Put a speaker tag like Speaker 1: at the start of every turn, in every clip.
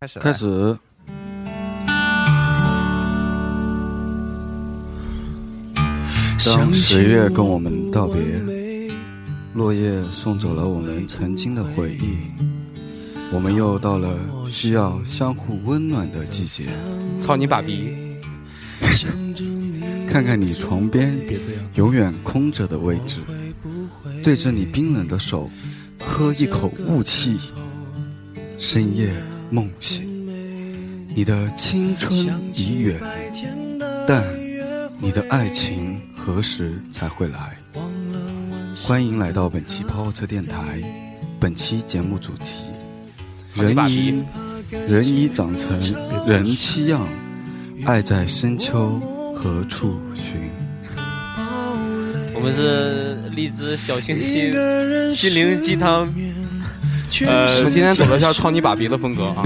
Speaker 1: 开始，
Speaker 2: 开。始。当十月跟我们道别，落叶送走了我们曾经的回忆，我们又到了需要相互温暖的季节。
Speaker 1: 操你爸逼！
Speaker 2: 看看你床边永远空着的位置，对着你冰冷的手，喝一口雾气，深夜梦醒，你的青春已远，但你的爱情何时才会来？欢迎来到本期抛车电台，本期节目主题：人已人已长成人妻样，爱在深秋何处寻？
Speaker 3: 我们是荔枝小清新心灵鸡汤，
Speaker 1: 呃，我
Speaker 3: 呃
Speaker 1: 们，今天走了一下操你爸逼的风格啊。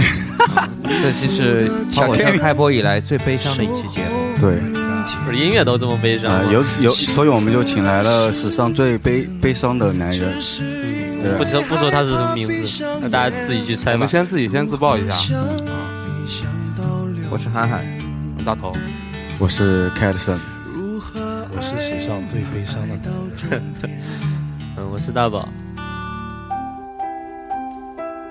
Speaker 4: 这期是跑火车开播以来最悲伤的一期节目。
Speaker 2: 对。
Speaker 3: 不是音乐都这么悲伤
Speaker 2: 啊、
Speaker 3: 吗？
Speaker 2: 有有，所以我们就请来了史上最悲悲伤的男人，对
Speaker 3: 不
Speaker 2: 吧？
Speaker 3: 知不说他是什么名字，那大家自己去猜
Speaker 1: 我
Speaker 3: 吧
Speaker 1: 们。先自己先自曝一下，嗯
Speaker 4: 我是涵涵，
Speaker 1: 大头。
Speaker 2: 我是凯 a t s o n
Speaker 5: 我是史上最悲伤的男人。
Speaker 3: 嗯，我是大宝，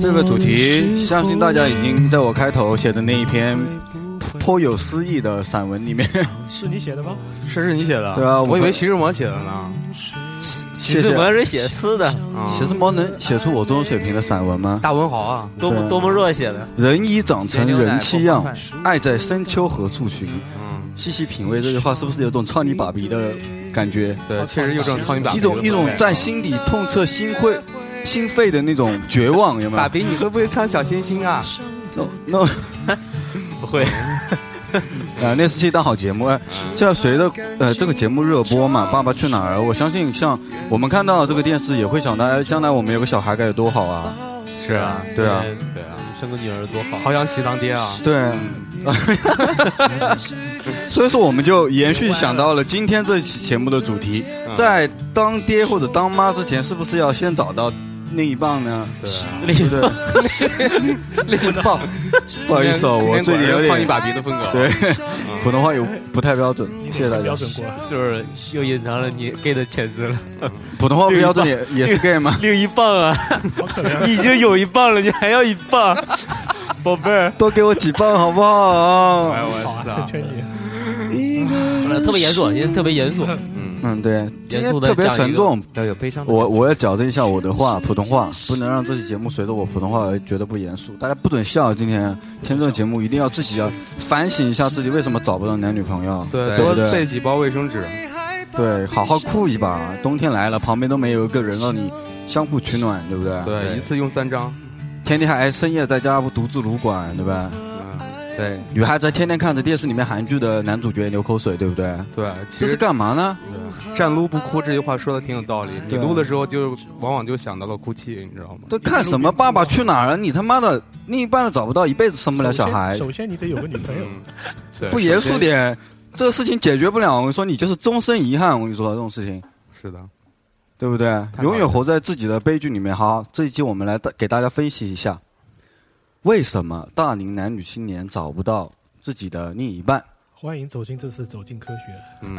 Speaker 2: 这个主题，相信大家已经在我开头写的那一篇颇有诗意的散文里面，
Speaker 1: 这是你写的？
Speaker 2: 对啊我
Speaker 1: 我以为
Speaker 2: 看
Speaker 1: 徐志摩写的呢。
Speaker 2: 谢
Speaker 3: 徐
Speaker 2: 谢
Speaker 3: 志。摩是写诗的，
Speaker 1: 啊，
Speaker 2: 写什么能写出我这种水平的散文吗？
Speaker 1: 大文豪啊，
Speaker 3: 多
Speaker 2: 对
Speaker 3: 么
Speaker 2: 啊
Speaker 3: 多么弱写的。
Speaker 2: 人已长成人妻样
Speaker 4: 嗯，
Speaker 2: 爱在深秋何处寻？细细品味这句话，是不是有种操你爸逼的感觉？
Speaker 1: 对，确实有种哦操你爸逼
Speaker 2: 一
Speaker 1: 的风
Speaker 2: 种
Speaker 1: 格
Speaker 2: 一种在心底痛彻心会心肺的那种绝望，有没有？哦
Speaker 1: 爸逼，你会不会唱小星星啊？
Speaker 2: no no
Speaker 3: 不会，
Speaker 2: 呃，那是一档好节目。哎，这随着呃这个节目热播嘛，《爸爸去哪儿》，我相信像我们看到这个电视，也会想到，哎，将来我们有个小孩该有多好啊！
Speaker 1: 是啊，
Speaker 2: 对啊，
Speaker 1: 对啊，
Speaker 3: 生个女儿多好。
Speaker 1: 好想喜当爹啊。
Speaker 2: 对， 所以说我们就延续想到了今天这期节目的主题，在当爹或者当妈之前，是不是要先找到另一半呢？
Speaker 1: 对啊，
Speaker 2: 对不对？ 另一半，不好意思哦，我最近有
Speaker 1: 操你
Speaker 2: 点
Speaker 1: 爸逼的风格。
Speaker 2: 对， 普通话有不太标准，谢谢大家。
Speaker 3: 就是又隐藏了你 gay 的潜质了。
Speaker 2: 普通话不标准 也也是 gay 吗？
Speaker 3: 另一半啊，你已经有一半了，你还要一半，宝贝儿。
Speaker 2: 多给我几棒好不
Speaker 1: 哎
Speaker 2: 好？
Speaker 1: 我操！
Speaker 3: 好了特别严肃，啊今天特别严肃。
Speaker 2: 嗯，对，今
Speaker 3: 严
Speaker 2: 天
Speaker 3: 肃地
Speaker 2: 特别沉重。
Speaker 4: 要有悲伤的。
Speaker 2: 我我要矫正一下我的话，普通话不能让这期节目随着我普通话而觉得不严肃。大家不准笑，今天听这个节目一定要自己要反省一下自己为什么找不到男女朋友。
Speaker 1: 对，
Speaker 4: 对
Speaker 1: 多
Speaker 2: 对
Speaker 1: 备几包卫生纸。
Speaker 2: 对，好好酷一把。冬天来了，旁边都没有一个人让你相互取暖，对不对？
Speaker 1: 对，一次用三张。
Speaker 2: 天天还深夜在家独自撸管，对吧？
Speaker 1: 嗯，
Speaker 4: 对，
Speaker 2: 女孩子天天看着电视里面韩剧的男主角流口水，对不对？
Speaker 1: 对，
Speaker 2: 这
Speaker 1: 其
Speaker 2: 是
Speaker 1: 实
Speaker 2: 干嘛呢？
Speaker 1: 站撸不哭这句话说的挺有道理。你
Speaker 2: 对
Speaker 1: 撸的时候就往往就想到了哭泣，你知道吗？
Speaker 2: 这看什么《爸爸去哪儿》啊？你他妈的另一半都找不到，一辈子生不了小孩，
Speaker 6: 首先首先你得有个女朋友，
Speaker 1: 嗯，对
Speaker 2: 不严肃，点，这事情解决不了。我跟你说，你就是终身遗憾。我跟你说，这种事情，
Speaker 1: 是的，
Speaker 2: 对不对？
Speaker 1: 好了
Speaker 2: 永远活在自己的悲剧里面。好，这一期我们来大给大家分析一下，为什么大龄男女青年找不到自己的另一半。
Speaker 6: 欢迎走进这次走进科学。
Speaker 1: 嗯，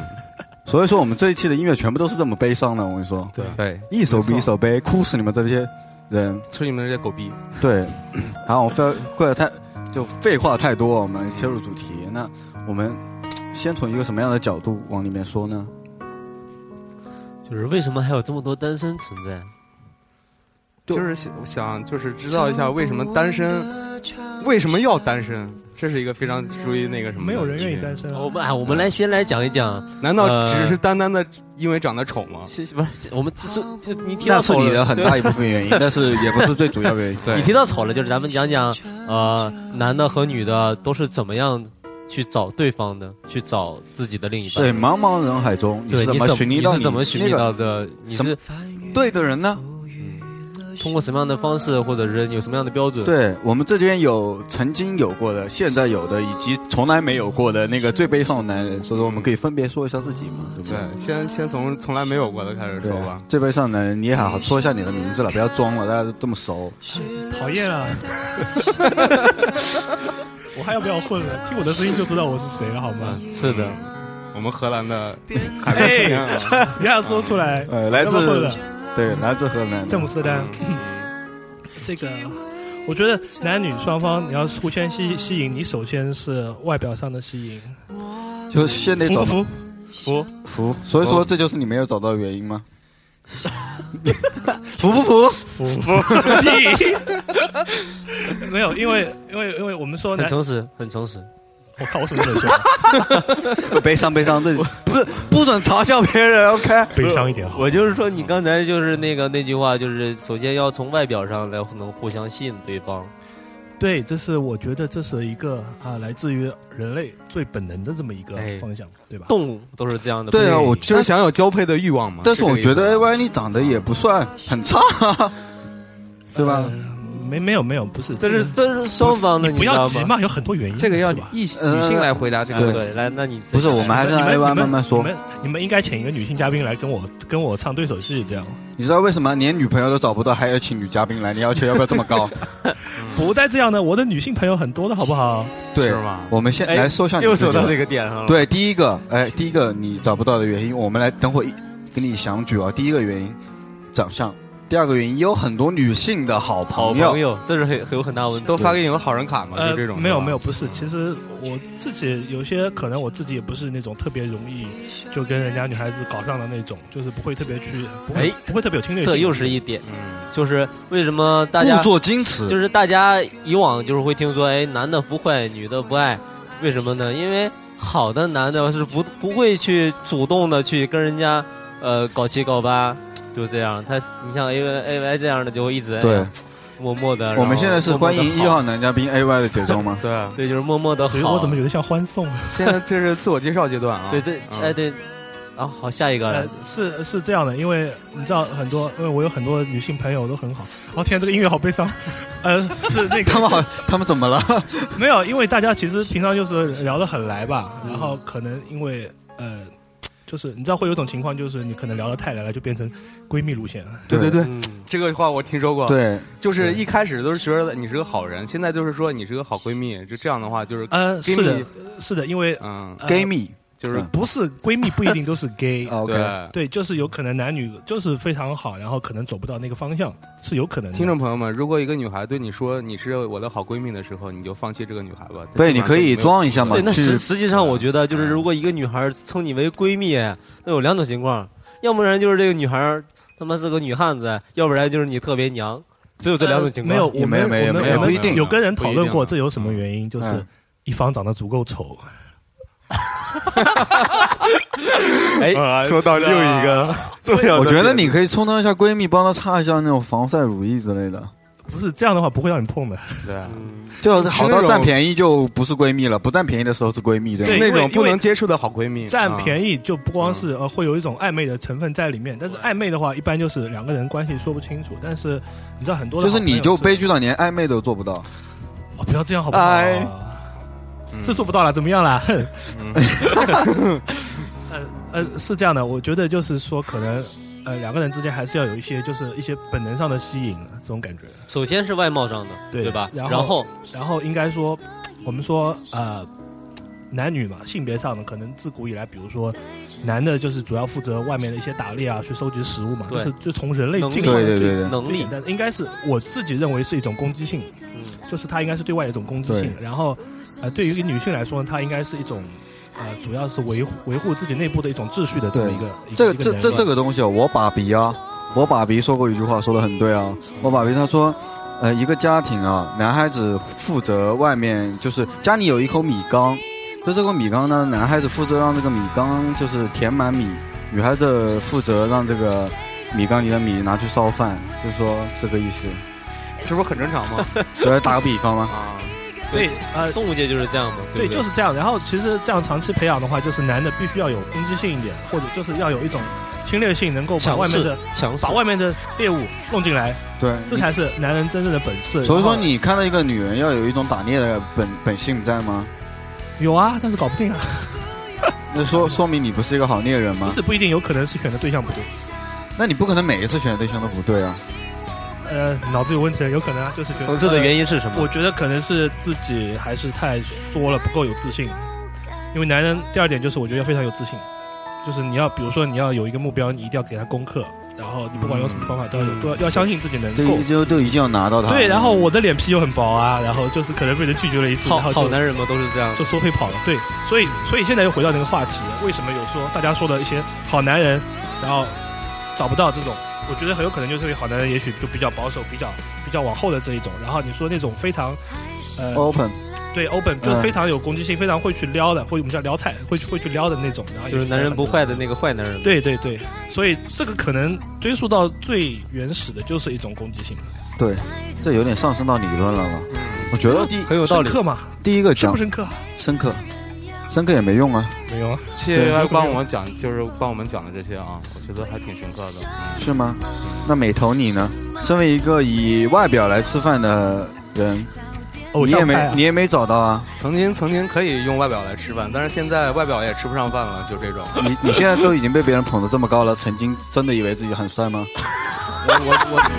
Speaker 2: 所以说，我们这一期的音乐全部都是这么悲伤的。我跟你说，
Speaker 6: 对
Speaker 1: 对，
Speaker 2: 一首比一首悲，哭死你们这些人。
Speaker 1: 村里面这些狗逼，
Speaker 2: 对，好，我废过得太就废话太多，我们切入主题。那我们先从一个什么样的角度往里面说呢？
Speaker 3: 就是为什么还有这么多单身存在？
Speaker 2: 就
Speaker 1: 就是想想就是知道一下为什么单身，为什么要单身，这是一个非常注意那个什
Speaker 7: 嗯
Speaker 1: 么的。
Speaker 6: 没有人愿意单
Speaker 5: 嗯
Speaker 6: 身
Speaker 3: 我
Speaker 6: 啊，
Speaker 3: 们啊，我们来先来讲一讲
Speaker 1: 难道
Speaker 3: 呃
Speaker 1: 只是单单的因为长得丑
Speaker 2: 嗯
Speaker 1: 吗？
Speaker 3: 是不是我们这是你提
Speaker 2: 那
Speaker 3: 到
Speaker 2: 是
Speaker 3: 丑
Speaker 2: 你的
Speaker 3: 了，
Speaker 2: 很
Speaker 3: 对
Speaker 2: 大一部分原因，但是也不是最主 要原因。
Speaker 3: 你提到丑了，就是咱们讲讲呃，男的和女的都是怎么样去找对方的，去找自己的另一半。
Speaker 2: 对，茫茫人海中，你
Speaker 3: 对
Speaker 2: 是
Speaker 3: 你
Speaker 2: 么
Speaker 3: 怎
Speaker 2: 寻
Speaker 3: 你
Speaker 2: 觅到
Speaker 3: 是怎么寻觅
Speaker 2: 那个
Speaker 3: 到的？你
Speaker 2: 怎么
Speaker 3: 是
Speaker 2: 对的人呢？
Speaker 3: 通过什么样的方式，或者人有什么样的标准？
Speaker 2: 对我们这边有曾经有过的，现在有的，以及从来没有过的那个最悲伤的男人，所以说我们可以分别说一下自己嘛，对不
Speaker 1: 对，先先从从来没有过的开始
Speaker 2: 对啊
Speaker 1: 说吧。，
Speaker 2: 最悲伤的男人，你也好好说一下你的名字了，不要装了，大家都这么熟。
Speaker 5: 讨厌啊！ 我还要不要混了？听我的声音就知道我是谁了，好吗？
Speaker 3: 是的，
Speaker 1: 我们荷兰的
Speaker 7: 哎
Speaker 1: 海外青年啊，
Speaker 5: 哎你要说出来，
Speaker 2: 呃，来
Speaker 5: 不要混
Speaker 2: 自
Speaker 5: 了
Speaker 2: 对来自河南的
Speaker 5: 詹姆斯丹。 这个，我觉得男女双方你要互相吸吸引，你首先是外表上的吸引，
Speaker 2: 就是现在
Speaker 5: 服
Speaker 2: 找
Speaker 5: 不服？
Speaker 3: 服
Speaker 2: 服，所以说这就是你没有找到的原因吗？ 服不服？
Speaker 5: 服服 屁！没有，因为因为因为我们说
Speaker 3: 很
Speaker 5: 男，
Speaker 3: 诚实，很诚实。
Speaker 5: 我靠，我什么都没说，
Speaker 2: 悲伤悲伤，这 不是不准嘲笑别人，OK？
Speaker 5: 悲伤一点好。
Speaker 3: 我就是说，你刚才就是那个那句话，就是首先要从外表上来能互相吸引对方。
Speaker 5: 对，这是我觉得这是一个啊，来自于人类最本能的这么一个
Speaker 3: 哎
Speaker 5: 方向，对吧？
Speaker 3: 动物都是这样的。
Speaker 2: 对啊，我
Speaker 1: 就
Speaker 2: 就是想，
Speaker 1: 想有交配的欲望嘛。
Speaker 2: 但是我
Speaker 1: 啊这个意
Speaker 2: 觉
Speaker 1: 思
Speaker 2: 得 AY 你长得也不算很差，对吧？
Speaker 5: 没没有没有，不是，
Speaker 3: 但是这是双方的，
Speaker 5: 你不
Speaker 3: 知
Speaker 5: 要
Speaker 3: 道
Speaker 5: 急
Speaker 3: 吗？
Speaker 5: 嘛，有很多
Speaker 1: 嗯
Speaker 5: 原因，
Speaker 8: 这个要
Speaker 5: 是吧
Speaker 8: 女性
Speaker 2: 呃
Speaker 8: 女性来回答这
Speaker 3: 啊
Speaker 8: 个问题。
Speaker 3: 对，来，那你自己
Speaker 2: 不是，我们还是让
Speaker 5: 你
Speaker 2: AY
Speaker 5: 们
Speaker 2: 慢慢
Speaker 5: 你
Speaker 2: 说。
Speaker 5: 们你们应该请一个女性嘉宾来跟我跟我唱对手戏，这样
Speaker 2: 你知道为什么连女朋友都找不到，还要请女嘉宾来？你要求要不要这么高？
Speaker 5: 不带这样的。我的女性朋友很多的好不好？
Speaker 2: 对
Speaker 1: 是，吗？
Speaker 2: 我们先
Speaker 3: 哎
Speaker 2: 来说一下你
Speaker 3: 又
Speaker 2: 自己
Speaker 3: 说到
Speaker 2: 吧
Speaker 3: 这个点上了。，
Speaker 2: 对，第一个，哎，第一个你找不到的原因，我们来等会一给你详举啊。第一个原因，长相；第二个原因，有很多女性的好
Speaker 3: 好
Speaker 2: 朋友。
Speaker 3: 朋友，这是很很有很大问题。
Speaker 1: 都发给你个好人卡
Speaker 3: 啊
Speaker 1: 嘛，就这种。
Speaker 5: 呃没有
Speaker 1: 是吧
Speaker 5: 没有，，不
Speaker 3: 嗯
Speaker 5: 是，其实我自己有些可能我自己也不是那种特别容易就跟人家女孩子搞上的那种，就是不会特别去，不会、
Speaker 3: 哎
Speaker 5: 不会特别有侵略性。
Speaker 3: 这又是一点，
Speaker 1: 嗯，
Speaker 3: 就是为什么大家
Speaker 2: 故作矜持，
Speaker 3: 就是大家以往就是会听说，哎，男的不坏，女的不爱，为什么呢？因为好的男的是不不会去主动的去跟人家呃搞七 搞八，就这样。他你像 A Y A Y 这样的就会一直哎
Speaker 2: 对
Speaker 3: 呀。默默的。
Speaker 2: 我们现在是欢迎一号，男嘉宾 AY 的节奏吗？
Speaker 1: 对啊，
Speaker 3: 对，就是默默的
Speaker 5: 所以
Speaker 3: 好。
Speaker 5: 我怎么觉得像 欢送？
Speaker 1: 现在这是自我介绍阶段啊。
Speaker 3: 对这
Speaker 1: 嗯
Speaker 3: 哎对，啊好下一个
Speaker 5: 呃
Speaker 3: 了，，
Speaker 5: 是是这样的，因为你知道很多，因为我有很多女性朋友都很好。哦天，这个音乐好悲伤。呃，是那个
Speaker 2: 他们好，他们怎么了？
Speaker 5: 没有，因为大家其实平常就是聊得很来吧，然后可能因为呃，就是你知道会有一种情况，就是你可能聊得太来了，就变成闺蜜路线了。
Speaker 1: 对对对，
Speaker 3: 嗯，
Speaker 1: 这个话我听说过。，
Speaker 2: 对，
Speaker 1: 就是一开始都是觉得你是个好人，现在就是说你是个好闺蜜，就这样的话就是
Speaker 5: 呃，
Speaker 1: 闺
Speaker 5: 是
Speaker 1: 蜜
Speaker 5: 的，是的，因为、
Speaker 1: 嗯，
Speaker 5: 呃、
Speaker 2: gay 哦蜜
Speaker 1: 就是
Speaker 2: 嗯啊
Speaker 5: 不是闺蜜不一定都是 gay，
Speaker 2: ，OK，
Speaker 1: 对。
Speaker 5: 对，就是有可能男女就是非常好，然后可能走不到那个方向，是有可能的。
Speaker 1: 听众朋友们，如果一个女孩对你说你是我的好闺蜜的时候，你就放弃这个女孩吧。
Speaker 2: 对，你可以装一下嘛
Speaker 3: 对，，那
Speaker 2: 去
Speaker 3: 实实际上我觉得
Speaker 1: 嗯
Speaker 3: 就是如果一个女孩称你为闺蜜，那有两种情况，要不然就是这个女孩他妈是个女汉子，要不然就是你特别娘，只有这两种情况。
Speaker 5: 没有，
Speaker 2: 也
Speaker 5: 我
Speaker 2: 没
Speaker 5: 们
Speaker 2: 有没有
Speaker 5: 我们
Speaker 2: 没有
Speaker 5: 我们
Speaker 2: 不一定
Speaker 5: 有跟人讨论
Speaker 1: 不一
Speaker 5: 过
Speaker 1: 定
Speaker 5: 这有什么原因，就是
Speaker 2: 嗯
Speaker 5: 一方长得足够丑。
Speaker 3: 哎，说到
Speaker 1: 又一
Speaker 3: 个重要
Speaker 2: 我觉得你可以充当一下闺蜜，帮她擦一下那种防晒乳液之类的。
Speaker 5: 不是这样的话，不会让你碰的。
Speaker 1: 对啊，
Speaker 2: 就是好
Speaker 1: 是那
Speaker 2: 到
Speaker 1: 种
Speaker 2: 占便宜就不是闺蜜了，不占便宜的时候是闺蜜，对
Speaker 1: 是
Speaker 2: 吗？
Speaker 1: 那
Speaker 5: 对因为
Speaker 1: 种不
Speaker 5: 因为
Speaker 1: 能接触的好闺蜜。嗯
Speaker 5: 占
Speaker 1: 宜
Speaker 5: 便宜就不光是呃会有一种暧昧的成分在里面，但是暧昧的话一般就是两个人关系说不清楚，但是你知道很多的
Speaker 2: 就
Speaker 5: 好
Speaker 2: 是
Speaker 5: 朋友
Speaker 2: 你就悲剧到连暧昧都做不到。
Speaker 5: 哦不要这样好不好
Speaker 2: 哎？
Speaker 5: 是做不到了，怎么样啦？哼 呃呃，是这样的，我觉得就是说可能呃两个人之间还是要有一些就是一些本能上的吸引啊这种感觉，
Speaker 3: 首先是外貌上的，
Speaker 5: 对
Speaker 3: 对吧？
Speaker 5: 然后
Speaker 3: 然后
Speaker 5: 然后应该说我们说呃。男女嘛，性别上的可能自古以来，比如说，男的就是主要负责外面的一些打猎啊，去收集食物嘛，
Speaker 3: 对
Speaker 5: 就是就从人类
Speaker 3: 能力
Speaker 5: 进化的
Speaker 2: 对对
Speaker 5: 最
Speaker 2: 对对
Speaker 3: 能
Speaker 5: 最
Speaker 3: 力
Speaker 5: 简，单的应该是我自己认为是一种攻击性，
Speaker 3: 嗯
Speaker 5: 就是它应该是对外一种攻击性。然后，呃，对于一个女性来说呢，它应该是一种，呃，主要是维护维护自己内部的一种秩序的这么一个一
Speaker 2: 这
Speaker 5: 个
Speaker 2: 个这这这
Speaker 5: 个
Speaker 2: 个东西哦，我爸比啊，我爸比说过一句话，说的很对啊。我爸比他说，呃，一个家庭啊，男孩子负责外面就是家里有一口米缸，就这口米缸呢，男孩子负责让这个米缸就是填满米，女孩子负责让这个米缸里的米拿去烧饭，就是说这个意思。
Speaker 1: 这不是很正常吗？
Speaker 2: 对，打个比方嘛，
Speaker 1: 啊，
Speaker 5: 对，呃，
Speaker 3: 动物界就是这样嘛，
Speaker 5: 对，
Speaker 3: 不
Speaker 5: 就是这样。然后其实这样长期培养的话，就是男的必须要有攻击性一点，或者就是要有一种侵略性，能够把
Speaker 3: 强
Speaker 5: 外面
Speaker 3: 势
Speaker 5: 的
Speaker 3: 强势
Speaker 5: 把。外面的猎物弄进来，
Speaker 2: 对，
Speaker 5: 这才是男人真正的本事。
Speaker 2: 所以说
Speaker 5: 然后
Speaker 2: 你看到一个女人要有一种打猎的本本性在吗？
Speaker 5: 有啊，但是搞不定啊，
Speaker 2: 那说说明你不是一个好猎人吗
Speaker 5: 不？是不一定，有可能是选的对象不对，
Speaker 2: 那你不可能每一次选的对象都不对啊。
Speaker 5: 呃，脑子有问题了，有可能啊，就是觉得
Speaker 3: 层次的原因是什
Speaker 5: 呃我
Speaker 3: 么？
Speaker 5: 觉得可能是自己还是太缩了，不够有自信。因为男人第二点就是我觉得要非常有自信，就是你要比如说你要有一个目标，你一定要给他攻克，然后你不管用什么方法都要有，都要要相信自己能
Speaker 2: 这
Speaker 5: 够
Speaker 2: 一。周都一定要拿到它。
Speaker 5: 对，然后我的脸皮又很薄啊，然后就是可能被人拒绝了一次，
Speaker 3: 好
Speaker 5: 然后就
Speaker 3: 好男人嘛，都是这样。
Speaker 5: 就说会跑了。对，所以所以现在又回到那个话题，为什么有说大家说的一些好男人，然后找不到这种？我觉得很有可能就是因为好男人也许就比较保守，比较比较往后的这一种。然后你说那种非常，呃，
Speaker 3: 哦
Speaker 2: open
Speaker 5: 对 open
Speaker 3: 嗯
Speaker 5: 就是非常有攻击性，非常会去撩的，或者我们叫撩菜，会去会去撩的那种。然后也
Speaker 3: 就是男人不
Speaker 5: 很
Speaker 3: 坏的那个坏男人，，
Speaker 5: 对对对，所以这个可能追溯到最原始的就是一种攻击性，
Speaker 2: 对，这有点上升到理论了嘛。我觉得第
Speaker 3: 很有道理啊
Speaker 5: 深。刻嘛，
Speaker 2: 第一个
Speaker 5: 深
Speaker 2: 讲
Speaker 5: 不深刻？啊
Speaker 2: 深刻，深刻也没用啊，
Speaker 5: 没有啊，
Speaker 1: 谢谢来帮我们讲，就是帮我们讲的这些啊，我觉得还挺深刻的。
Speaker 2: 是吗？那美头你呢？身为一个以外表来吃饭的人，
Speaker 5: 偶
Speaker 2: 哦你也
Speaker 5: 像派
Speaker 2: 没
Speaker 5: 啊
Speaker 2: 你也没找到啊。
Speaker 1: 曾经曾经可以用外表来吃饭，但是现在外表也吃不上饭了，就这种。
Speaker 2: 你你现在都已经被别人捧得这么高了，曾经真的以为自己很帅吗？
Speaker 1: 我我 我，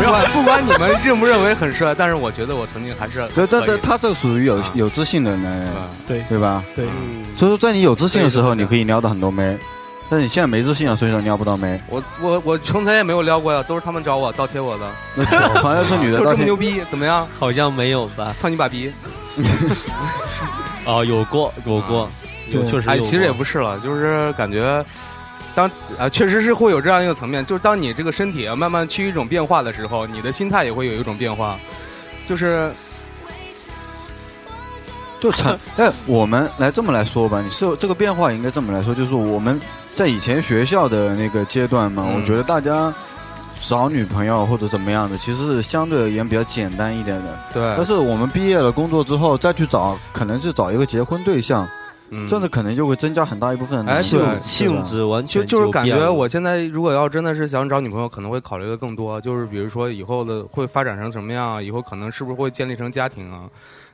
Speaker 1: 不管不管你们认不认为很帅，但是我觉得我曾经还是
Speaker 2: 对对
Speaker 1: 可
Speaker 2: 对，
Speaker 1: 以
Speaker 2: 他这属于有
Speaker 1: 啊
Speaker 2: 有自信的人，哎
Speaker 1: 嗯
Speaker 2: 对吧？
Speaker 5: 对，
Speaker 2: 所以说，在你有自信的时
Speaker 1: 对
Speaker 2: 候，
Speaker 1: 对对
Speaker 2: 你可以撩到很多妹，但是你现在没自信了，所以说撩不到妹。
Speaker 1: 我我我从来也没有撩过呀，都是他们找我倒贴我的，
Speaker 2: 那反正是女的
Speaker 1: 就这
Speaker 2: 到
Speaker 1: 么
Speaker 2: 天
Speaker 1: 牛逼，怎么样？
Speaker 3: 好像没有吧？
Speaker 1: 操你爸逼！
Speaker 3: 哦，有过，有过，有
Speaker 2: 对
Speaker 3: 确实有
Speaker 1: 哎，
Speaker 3: 过。
Speaker 1: 其实也不是了，就是感觉当啊，确实是会有这样一个层面，就是当你这个身体啊慢慢趋于一种变化的时候，你的心态也会有一种变化，就是
Speaker 2: 就产。哎，我们来这么来说吧，你是这个变化应该这么来说，就是我们在以前学校的那个阶段嘛，
Speaker 1: 嗯
Speaker 2: 我觉得大家找女朋友或者怎么样的，其实是相对而言比较简单一点的。
Speaker 1: 对
Speaker 2: 但，是我们毕业了工作之后再去找，可能是找一个结婚对象，
Speaker 1: 嗯
Speaker 2: 这样的可能就会增加很大一部分的
Speaker 1: 哎
Speaker 2: 难度
Speaker 1: 对
Speaker 2: 对吧
Speaker 3: 性质完
Speaker 1: 就
Speaker 3: 全
Speaker 1: 就是感
Speaker 3: 变
Speaker 1: 觉
Speaker 3: 了
Speaker 1: 我现在如果要真的是想找女朋友，可能会考虑的更多，就是比如说以后的会发展成什么样，以后可能是不是会建立成家庭啊。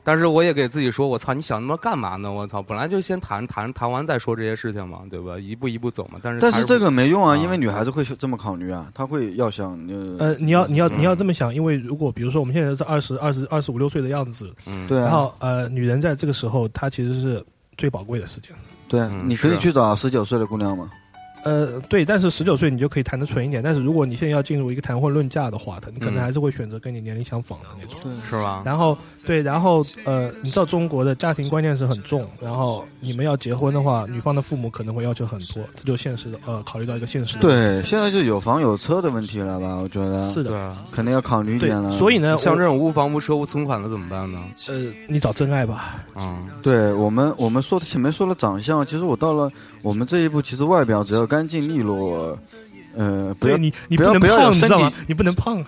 Speaker 1: 但是我也给自己说，我操，你想那么干嘛呢？我操，本来就先谈谈谈完再说这些事情嘛，对吧？一步一步走嘛。但是
Speaker 2: 但是
Speaker 1: 还
Speaker 2: 这个没用啊，
Speaker 1: 啊
Speaker 2: 因为女孩子会这么考虑啊，她会要想呃，
Speaker 5: 呃，你要你要你要这么想，因为如果比如说我们现在是二十二十二十五六岁的样子，
Speaker 1: 嗯
Speaker 2: 对
Speaker 5: 然
Speaker 2: 啊，
Speaker 5: 后呃，女人在这个时候她其实是最宝贵的时间。
Speaker 2: 对啊，
Speaker 1: 嗯
Speaker 2: 你可以
Speaker 1: 是
Speaker 2: 去找十九岁的姑娘嘛，
Speaker 5: 呃，对，但是十九岁你就可以谈的纯一点，但是如果你现在要进入一个谈婚论嫁的话，她你可能
Speaker 1: 嗯
Speaker 5: 还是会选择跟你年龄相仿的那种。
Speaker 1: 是吧？
Speaker 5: 然后对，然后呃，你知道中国的家庭观念是很重，然后你们要结婚的话，女方的父母可能会要求很多，这就现实的呃，考虑到一个现实的问
Speaker 2: 对，啊现在就有房有车的问题了吧？我觉
Speaker 5: 题。
Speaker 2: 得
Speaker 5: 是的，
Speaker 1: 对，
Speaker 2: 肯定要考虑一
Speaker 5: 对
Speaker 2: 点了。，
Speaker 5: 所以呢，
Speaker 1: 像
Speaker 5: 我
Speaker 1: 这种无房无车无存款的怎么办呢？
Speaker 5: 呃，你找真爱吧，
Speaker 1: 嗯，
Speaker 2: 对我们我们说前面说了长相，其实我到了我们这一步，其实外表只要干净利落，呃，不要
Speaker 5: 对。你你
Speaker 2: 不要
Speaker 5: 能
Speaker 2: 不要有
Speaker 5: 胖，你知
Speaker 2: 身
Speaker 5: 道吗
Speaker 2: 体？
Speaker 5: 你不能胖。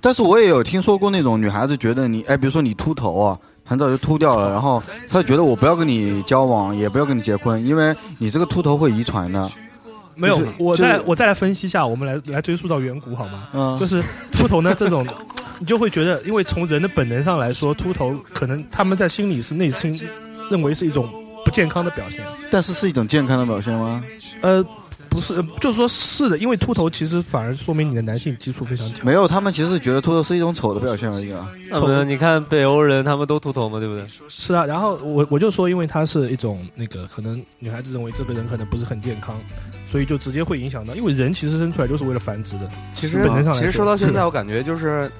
Speaker 2: 但是我也有听说过那种女孩子觉得你，哎，比如说你秃头啊，很早就秃掉了，然后她觉得我不要跟你交往，也不要跟你结婚，因为你这个秃头会遗传的。
Speaker 5: 没有
Speaker 2: 就是，
Speaker 5: 我
Speaker 2: 就
Speaker 5: 再
Speaker 2: 是
Speaker 5: 我再来分析一下，我们来来追溯到远古好吗？
Speaker 2: 嗯
Speaker 5: 就，是秃头呢，这种你就会觉得，因为从人的本能上来说，秃头可能他们在心里是内心认为是一种不健康的表现。
Speaker 2: 但是是一种健康的表现吗？
Speaker 5: 呃，不是，呃就是说是的，因为秃头其实反而说明你的男性基础非常强。
Speaker 2: 没有，他们其实觉得秃头是一种丑的表现而已啊。
Speaker 3: 那么你看北欧人他们都秃头嘛，对不对？
Speaker 5: 是啊，然后我我就说，因为它是一种那个，可能女孩子认为这个人可能不是很健康，所以就直接会影响到，因为人其实生出来就是为了繁殖的。
Speaker 1: 其实
Speaker 5: 本能上来
Speaker 1: 其实说到现在，我感觉就是。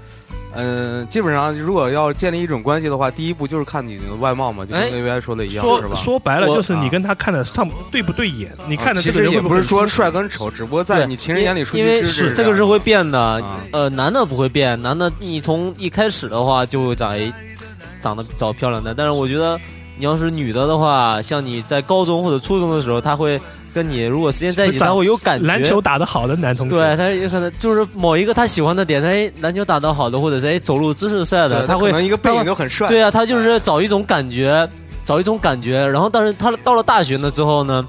Speaker 1: 嗯，基本上如果要建立一种关系的话，第一步就是看你的外貌嘛，就
Speaker 3: 哎
Speaker 1: 跟那边说的一样，是
Speaker 5: 说
Speaker 1: 吧？
Speaker 5: 说白了
Speaker 3: 我
Speaker 5: 就是你
Speaker 1: 啊
Speaker 5: 跟他看的上对不对眼，你
Speaker 1: 啊
Speaker 5: 看的
Speaker 1: 其
Speaker 5: 这个
Speaker 1: 实
Speaker 5: 人会
Speaker 1: 也
Speaker 5: 会
Speaker 1: 不是说
Speaker 5: 很舒服
Speaker 1: 帅跟丑，只不过在你情人眼里出去
Speaker 3: 因为
Speaker 1: 是
Speaker 3: 这个是
Speaker 1: 样
Speaker 3: 会变的，
Speaker 1: 啊
Speaker 3: 呃，男的不会变，男的你从一开始的话就会长一长得找漂亮的，但是我觉得你要是女的的话，像你在高中或者初中的时候，她会跟你如果时间在一起，
Speaker 5: 会长
Speaker 3: 他会有感觉。
Speaker 5: 篮球打得好的男同学，
Speaker 3: 对，他有可能就是某一个他喜欢的点，他哎篮球打得好的，或者是哎走路姿势帅的，
Speaker 1: 啊对他
Speaker 3: 会
Speaker 1: 可能一个背影都很帅。
Speaker 3: 对啊，他就是找一种感觉，找一种感觉。然后，但是他到了大学呢之后呢，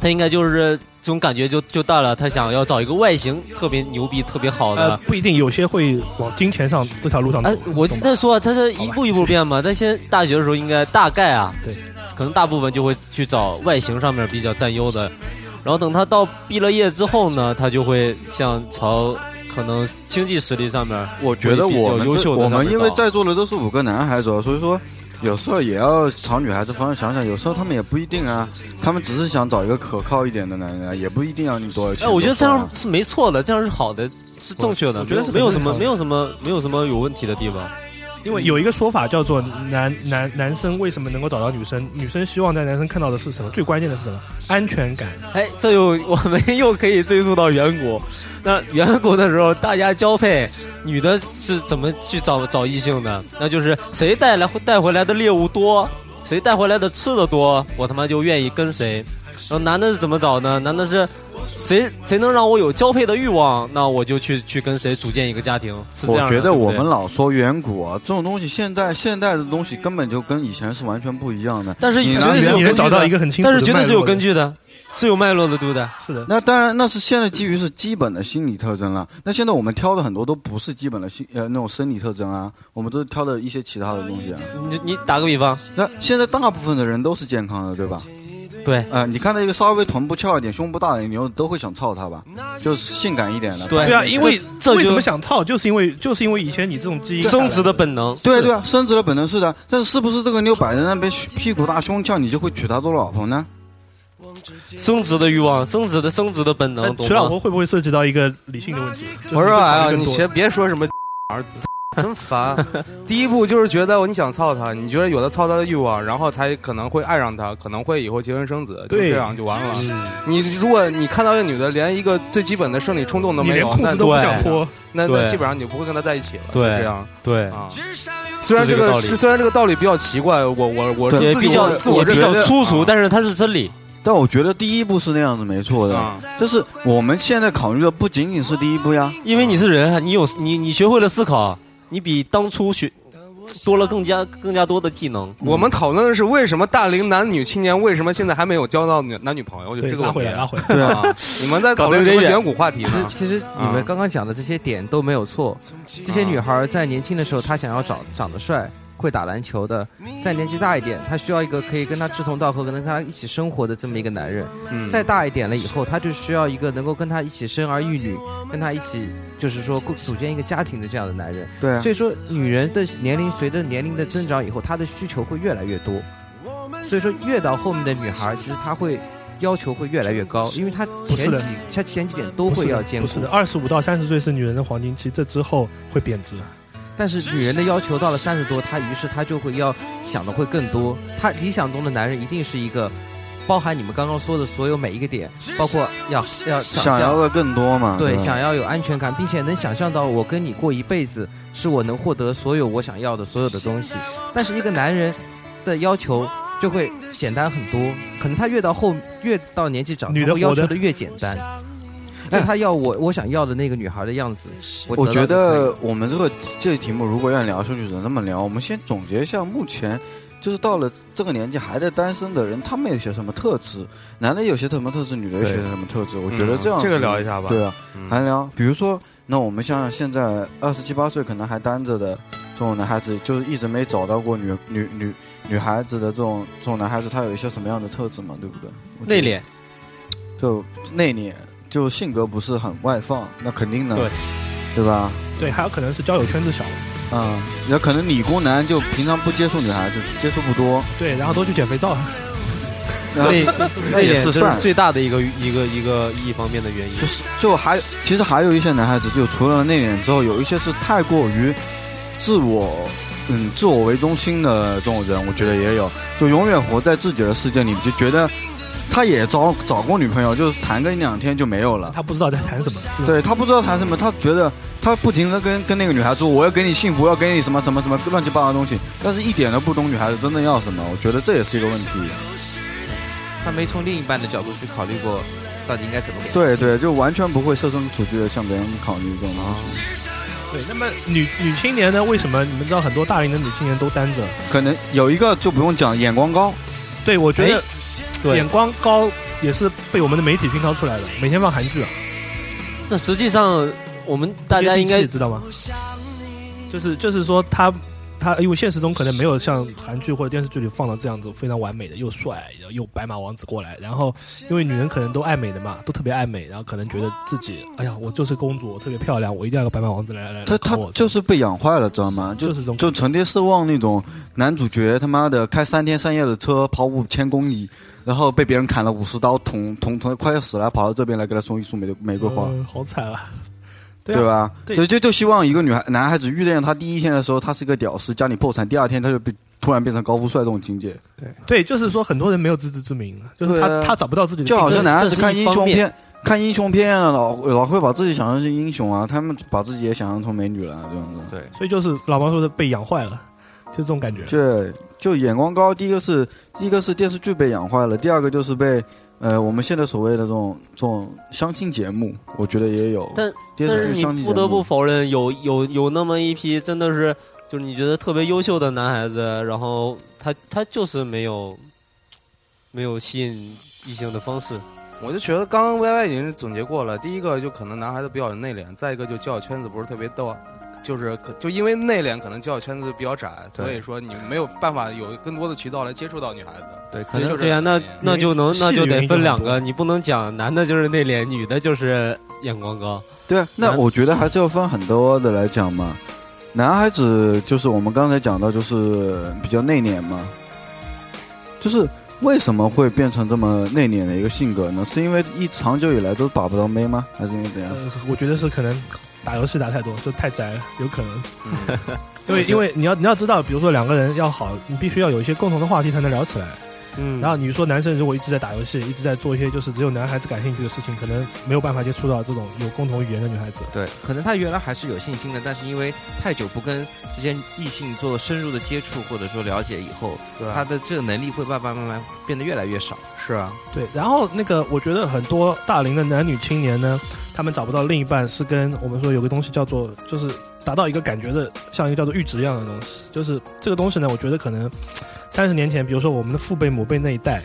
Speaker 3: 他应该就是这种感觉就就大了。他想要找一个外形特别牛逼、特别好的。
Speaker 5: 呃，不一定，有些会往金钱上这条路上走
Speaker 3: 哎，。我
Speaker 5: 懂吧
Speaker 3: 在说啊，他是一步一步变嘛。但先大学的时候，应该大概啊，
Speaker 5: 对，
Speaker 3: 可能大部分就会去找外形上面比较占优的。然后等他到毕了业之后呢，他就会向朝可能经济实力上面，
Speaker 2: 我觉得我
Speaker 3: 比较
Speaker 2: 们
Speaker 3: 优
Speaker 2: 这
Speaker 3: 秀的
Speaker 2: 我
Speaker 3: 那
Speaker 2: 们
Speaker 3: 种
Speaker 2: 因为
Speaker 3: 找
Speaker 2: 在座的都是五个男孩子哦，所以说有时候也要朝女孩子方向想想，有时候他们也不一定啊，他们只是想找一个可靠一点的男人啊，也不一定要你多少钱。
Speaker 3: 哎，我觉得这
Speaker 2: 多少
Speaker 3: 样
Speaker 2: 啊
Speaker 3: 是没错的，这样是好的，是正确的。
Speaker 5: 我觉得是
Speaker 3: 没有没有什么
Speaker 5: 很正常的
Speaker 3: 没有什么没有什么有问题的地方。
Speaker 5: 因为有一个说法叫做男男男生为什么能够找到女生？女生希望在男生看到的是什么？最关键的是什么？安全感。
Speaker 3: 哎，这又我们又可以追溯到远古。那远古的时候，大家交配，女的是怎么去找找异性的？那就是谁带来带回来的猎物多，谁带回来的吃的多，我他妈就愿意跟谁。然后男的是怎么找呢？男的是谁谁能让我有交配的欲望，那我就去去跟谁组建一个家庭。是这
Speaker 2: 我
Speaker 3: 样的。啊
Speaker 2: 觉得
Speaker 3: 对不
Speaker 2: 我
Speaker 3: 对
Speaker 2: 们老说远古啊，这种东西现在现代的东西根本就跟以前是完全不一样的。
Speaker 3: 但是
Speaker 2: 你
Speaker 3: 绝
Speaker 2: 拿
Speaker 3: 对是
Speaker 2: 远古
Speaker 3: 有
Speaker 5: 你
Speaker 3: 根
Speaker 5: 能
Speaker 3: 据
Speaker 5: 找到
Speaker 3: 的
Speaker 5: 一个很清楚
Speaker 3: 但
Speaker 5: 的
Speaker 3: 是绝
Speaker 5: 脉络的，
Speaker 3: 对是有根据的，是有脉络的，对不对？
Speaker 5: 是的。
Speaker 2: 那当然，那是现在基于是基本的心理特征了。那现在我们挑的很多都不是基本的心呃那种生理特征啊，我们都是挑的一些其他的东西啊。
Speaker 3: 你你打个比方，
Speaker 2: 那现在大部分的人都是健康的，对吧？
Speaker 3: 对
Speaker 2: 呃，你看到一个稍微臀部翘一点、胸部大一点，你又都会想操他吧？就是性感一点的。
Speaker 3: 对
Speaker 5: 对啊，因为
Speaker 3: 这
Speaker 5: 为
Speaker 3: 就
Speaker 5: 什么想操，就是因为就是因为以前你这种基因
Speaker 3: 生殖的本能。
Speaker 2: 对啊对啊，生殖的本能是的，但是是不是这个妞摆在那边屁股大、胸翘，你就会娶她做老婆呢？
Speaker 3: 生殖的欲望，生殖的生殖的本能，
Speaker 5: 呃
Speaker 3: 懂
Speaker 5: 娶哎老
Speaker 3: 吗？
Speaker 5: 婆会不会涉及到一个理性的问题？
Speaker 1: 我说哎呀，
Speaker 5: 啊，
Speaker 1: 你先别说什么儿子，真 烦。第一步就是觉得你想操他，你觉得有了操他的欲望，然后才可能会爱上他，可能会以后结婚生子，就
Speaker 5: 对
Speaker 1: 这样就完了。
Speaker 3: 嗯
Speaker 1: 你如果你看到一个女的连一个最基本的生理冲动都
Speaker 5: 你
Speaker 1: 没
Speaker 5: 连
Speaker 1: 有，
Speaker 5: 裤
Speaker 1: 那
Speaker 5: 子都不
Speaker 3: 对
Speaker 5: 想脱，
Speaker 1: 那
Speaker 3: 对
Speaker 1: 那基本上你就不会跟他在一起了。
Speaker 3: 对
Speaker 1: 就这样
Speaker 3: 对，
Speaker 1: 啊。虽然
Speaker 3: 是
Speaker 1: 这
Speaker 3: 这个道
Speaker 1: 个
Speaker 3: 理
Speaker 1: 是虽然这个道理比较奇怪，我我我
Speaker 2: 对
Speaker 1: 是
Speaker 3: 也
Speaker 1: 自己
Speaker 3: 比较
Speaker 1: 自我
Speaker 3: 也
Speaker 1: 认
Speaker 3: 比
Speaker 1: 同
Speaker 3: 较
Speaker 1: 的
Speaker 3: 粗俗，
Speaker 1: 啊
Speaker 3: 但是它是真理。
Speaker 2: 但我觉得第一步是那样子没错的，
Speaker 1: 啊
Speaker 2: 但是我们现在考虑的不仅仅是第一步呀。
Speaker 3: 因为你是人，你有你你学会了思考，你比当初学多了更加更加多的技能。
Speaker 1: 我们讨论的是为什么大龄男女青年为什么现在还没有交到女男女朋友，就
Speaker 5: 对，
Speaker 1: 这个
Speaker 5: 拉
Speaker 1: 问
Speaker 5: 回
Speaker 1: 题
Speaker 5: 来，。拉回来。
Speaker 2: 对啊，
Speaker 1: 啊，你们在讨论什么远古话题
Speaker 9: 其实
Speaker 1: 呢？
Speaker 9: 其实你们刚刚讲的这些点都没有错，这些女孩在年轻的时候，她想要找长得帅、会打篮球的；在年纪大一点，她需要一个可以跟她志同道合、能跟她一起生活的这么一个男人；
Speaker 1: 嗯
Speaker 9: 再大一点了以后，她就需要一个能够跟她一起生儿育女、跟她一起就是说共组建一个家庭的这样的男人。
Speaker 2: 对啊
Speaker 9: 所，以说，女人的年龄随着年龄的增长以后，她的需求会越来越多。所以说，越到后面的女孩，其实她会要求会越来越高，因为她
Speaker 5: 是
Speaker 9: 前
Speaker 5: 的
Speaker 9: 几她前几点都
Speaker 5: 不是
Speaker 9: 会要
Speaker 5: 的，
Speaker 9: 兼
Speaker 5: 不
Speaker 9: 顾。
Speaker 5: 是的，二十五到三十岁是女人的黄金期，这之后会贬值。
Speaker 9: 但是女人的要求到了三十多，她于是她就会要想的会更多。她理想中的男人一定是一个包含你们刚刚说的所有每一个点，包括要要
Speaker 2: 想
Speaker 9: 长
Speaker 2: 要
Speaker 9: 相，
Speaker 2: 的更多
Speaker 5: 啊
Speaker 2: 嘛？
Speaker 9: 对，
Speaker 2: 吧
Speaker 9: 想要有安全感，并且能想象到我跟你过一辈子，是我能获得所有我想要的所有的东西。但是一个男人的要求就会简单很多，可能他越到后越到年纪长，
Speaker 5: 女的
Speaker 9: 他会要
Speaker 5: 活的
Speaker 9: 求的越简单。就他要我我想要的那个女孩的样子，我
Speaker 2: 哎我觉
Speaker 9: 得到就可以了
Speaker 2: 得我们这个这题目如果要聊下去，只能那么聊。我们先总结一下，目前就是到了这个年纪还在单身的人，他们有些什么特质？男的有些什么特质，女的有些什么特质？我觉得这样、
Speaker 1: 嗯这个聊一，下吧。
Speaker 2: 对啊，
Speaker 1: 嗯，
Speaker 2: 还聊，比如说，那我们想想现在二十七八岁可能还单着的这种男孩子，就是一直没找到过女女女女孩子的这种这种男孩子，他有一些什么样的特质嘛？对不对？我觉得
Speaker 3: 内，敛，
Speaker 2: 就内敛，就性格不是很外放，那肯定的，
Speaker 3: 对，
Speaker 2: 对吧？
Speaker 5: 对，还有可能是交友圈子小，
Speaker 2: 嗯，那可能理工男就平常不接触女孩子，接触不多，
Speaker 5: 对，然后都去减肥皂。
Speaker 2: 然后
Speaker 3: 内
Speaker 2: 那
Speaker 3: 内
Speaker 2: 也
Speaker 3: 敛
Speaker 2: 是
Speaker 3: 这
Speaker 2: 算
Speaker 3: 是最大的一个一个一个一方面的原因
Speaker 2: 就。是就还其实还有一些男孩子，就除了内敛之后，有一些是太过于自我，嗯，自我为中心的这种人，我觉得也有，就永远活在自己的世界里，就觉得他也找找过女朋友，就是谈个一两天就没有了。
Speaker 5: 他不知道在谈什么。这种，
Speaker 2: 对他不知道谈什么，他觉得他不停的跟跟那个女孩说我要给你幸福，我要给你什么什么什么乱七八糟的东西，但是一点都不懂女孩子真的要什么，我觉得这也是一个问题。
Speaker 9: 他没从另一半的角度去考虑过，到底应该怎么给。
Speaker 2: 对对，就完全不会设身处地的向别人考虑这种东西。
Speaker 5: 对，那么女女青年呢？为什么你们知道很多大龄的女青年都单着？
Speaker 2: 可能有一个就不用讲，眼光高。
Speaker 5: 对，我觉得
Speaker 3: 对
Speaker 5: 眼光高也是被我们的媒体熏陶出来的，每天放韩剧啊，
Speaker 3: 那实际上我们大家应
Speaker 5: 接地
Speaker 3: 该
Speaker 5: 气知道吗？就是就是说他他因为现实中可能没有像韩剧或者电视剧里放的这样子非常完美的，又帅又白马王子过来，然后因为女人可能都爱美的嘛，都特别爱美，然后可能觉得自己哎呀我就是公主，我特别漂亮，我一定要有个白马王子来来来
Speaker 2: 他
Speaker 5: 搞
Speaker 2: 他
Speaker 5: 我
Speaker 2: 就是被养坏了，知道吗？就
Speaker 5: 就是这种
Speaker 2: 就成天奢望那种男主角他妈的开三天三夜的车跑五千公里，然后被别人砍了五十刀，捅捅捅快要死了，跑到这边来给他送一束玫玫瑰花。
Speaker 5: 嗯好惨啊！对
Speaker 2: 对
Speaker 5: 啊
Speaker 2: 吧？
Speaker 5: 对
Speaker 2: 就就就希望一个女孩男孩子遇见他第一天的时候，他是一个屌丝，家里破产；第二天他就被突然变成高富帅这种境界，
Speaker 5: 对，就是说很多人没有自知之明，就是他、
Speaker 2: 对啊
Speaker 5: 他找不到自己的
Speaker 2: 就好
Speaker 5: 定
Speaker 2: 像
Speaker 5: 位
Speaker 2: 男孩
Speaker 3: 嗯这
Speaker 2: 子
Speaker 3: 是
Speaker 2: 看
Speaker 3: 一
Speaker 2: 英
Speaker 3: 方
Speaker 2: 雄
Speaker 3: 面
Speaker 2: 片，看英雄片啊，老老会把自己想成是英雄啊，他们把自己也想象成美女了，啊这样子。
Speaker 5: 所以就是老毛说的被养坏了，就这种感觉。
Speaker 2: 对，就眼光高，第一个是第一个是电视剧被养坏了，第二个就是被呃我们现在所谓的这种这种相亲节目，我觉得也有。
Speaker 3: 但
Speaker 2: 电
Speaker 3: 但
Speaker 2: 视
Speaker 3: 是
Speaker 2: 剧
Speaker 3: 你
Speaker 2: 相亲节目
Speaker 3: 不得不否认，有有有那么一批真的是，就是你觉得特别优秀的男孩子，然后他他就是没有没有吸引异性的方式。
Speaker 1: 我就觉得刚刚 Y Y 已经总结过了，第一个就可能男孩子比较内敛，再一个就交友圈子不是特别多，就是可就因为内敛，可能交友圈子比较窄，所以说你没有办法有更多的渠道来接触到女孩子。
Speaker 9: 对，可
Speaker 1: 所以
Speaker 9: 能
Speaker 1: 就这
Speaker 3: 对呀、
Speaker 1: 样
Speaker 3: 那那就能
Speaker 5: 戏
Speaker 3: 那就
Speaker 5: 里面
Speaker 3: 得
Speaker 5: 就
Speaker 3: 分
Speaker 5: 很
Speaker 3: 两
Speaker 5: 多
Speaker 3: 个，你不能讲男的就是内敛，女的就是眼光高。
Speaker 2: 对，啊那
Speaker 3: 男
Speaker 2: 我觉得还是要分很多的来讲嘛。男孩子就是我们刚才讲到，就是比较内敛嘛，就是为什么会变成这么内敛的一个性格呢？是因为一长久以来都把不到妹吗？还是因为怎样
Speaker 5: 呃？，我觉得是可能打游戏打太多，就太宅了，有可能。
Speaker 1: 嗯，
Speaker 5: 因为因为你要你要知道，比如说两个人要好，你必须要有一些共同的话题才能聊起来。
Speaker 3: 嗯
Speaker 5: 然后你说男生如果一直在打游戏，一直在做一些就是只有男孩子感兴趣的事情，可能没有办法接触到这种有共同语言的女孩子。
Speaker 9: 对，可能他原来还是有信心的，但是因为太久不跟这些异性做深入的接触或者说了解以后，
Speaker 1: 对
Speaker 9: 他
Speaker 1: 啊，
Speaker 9: 的这个能力会慢慢慢慢变得越来越少。
Speaker 1: 是啊，
Speaker 5: 对，然后那个我觉得很多大龄的男女青年呢，他们找不到另一半，是跟我们说有个东西叫做，就是达到一个感觉的，像一个叫做阈值一样的东西。就是这个东西呢，我觉得可能三十年前，比如说我们的父辈、母辈那一代。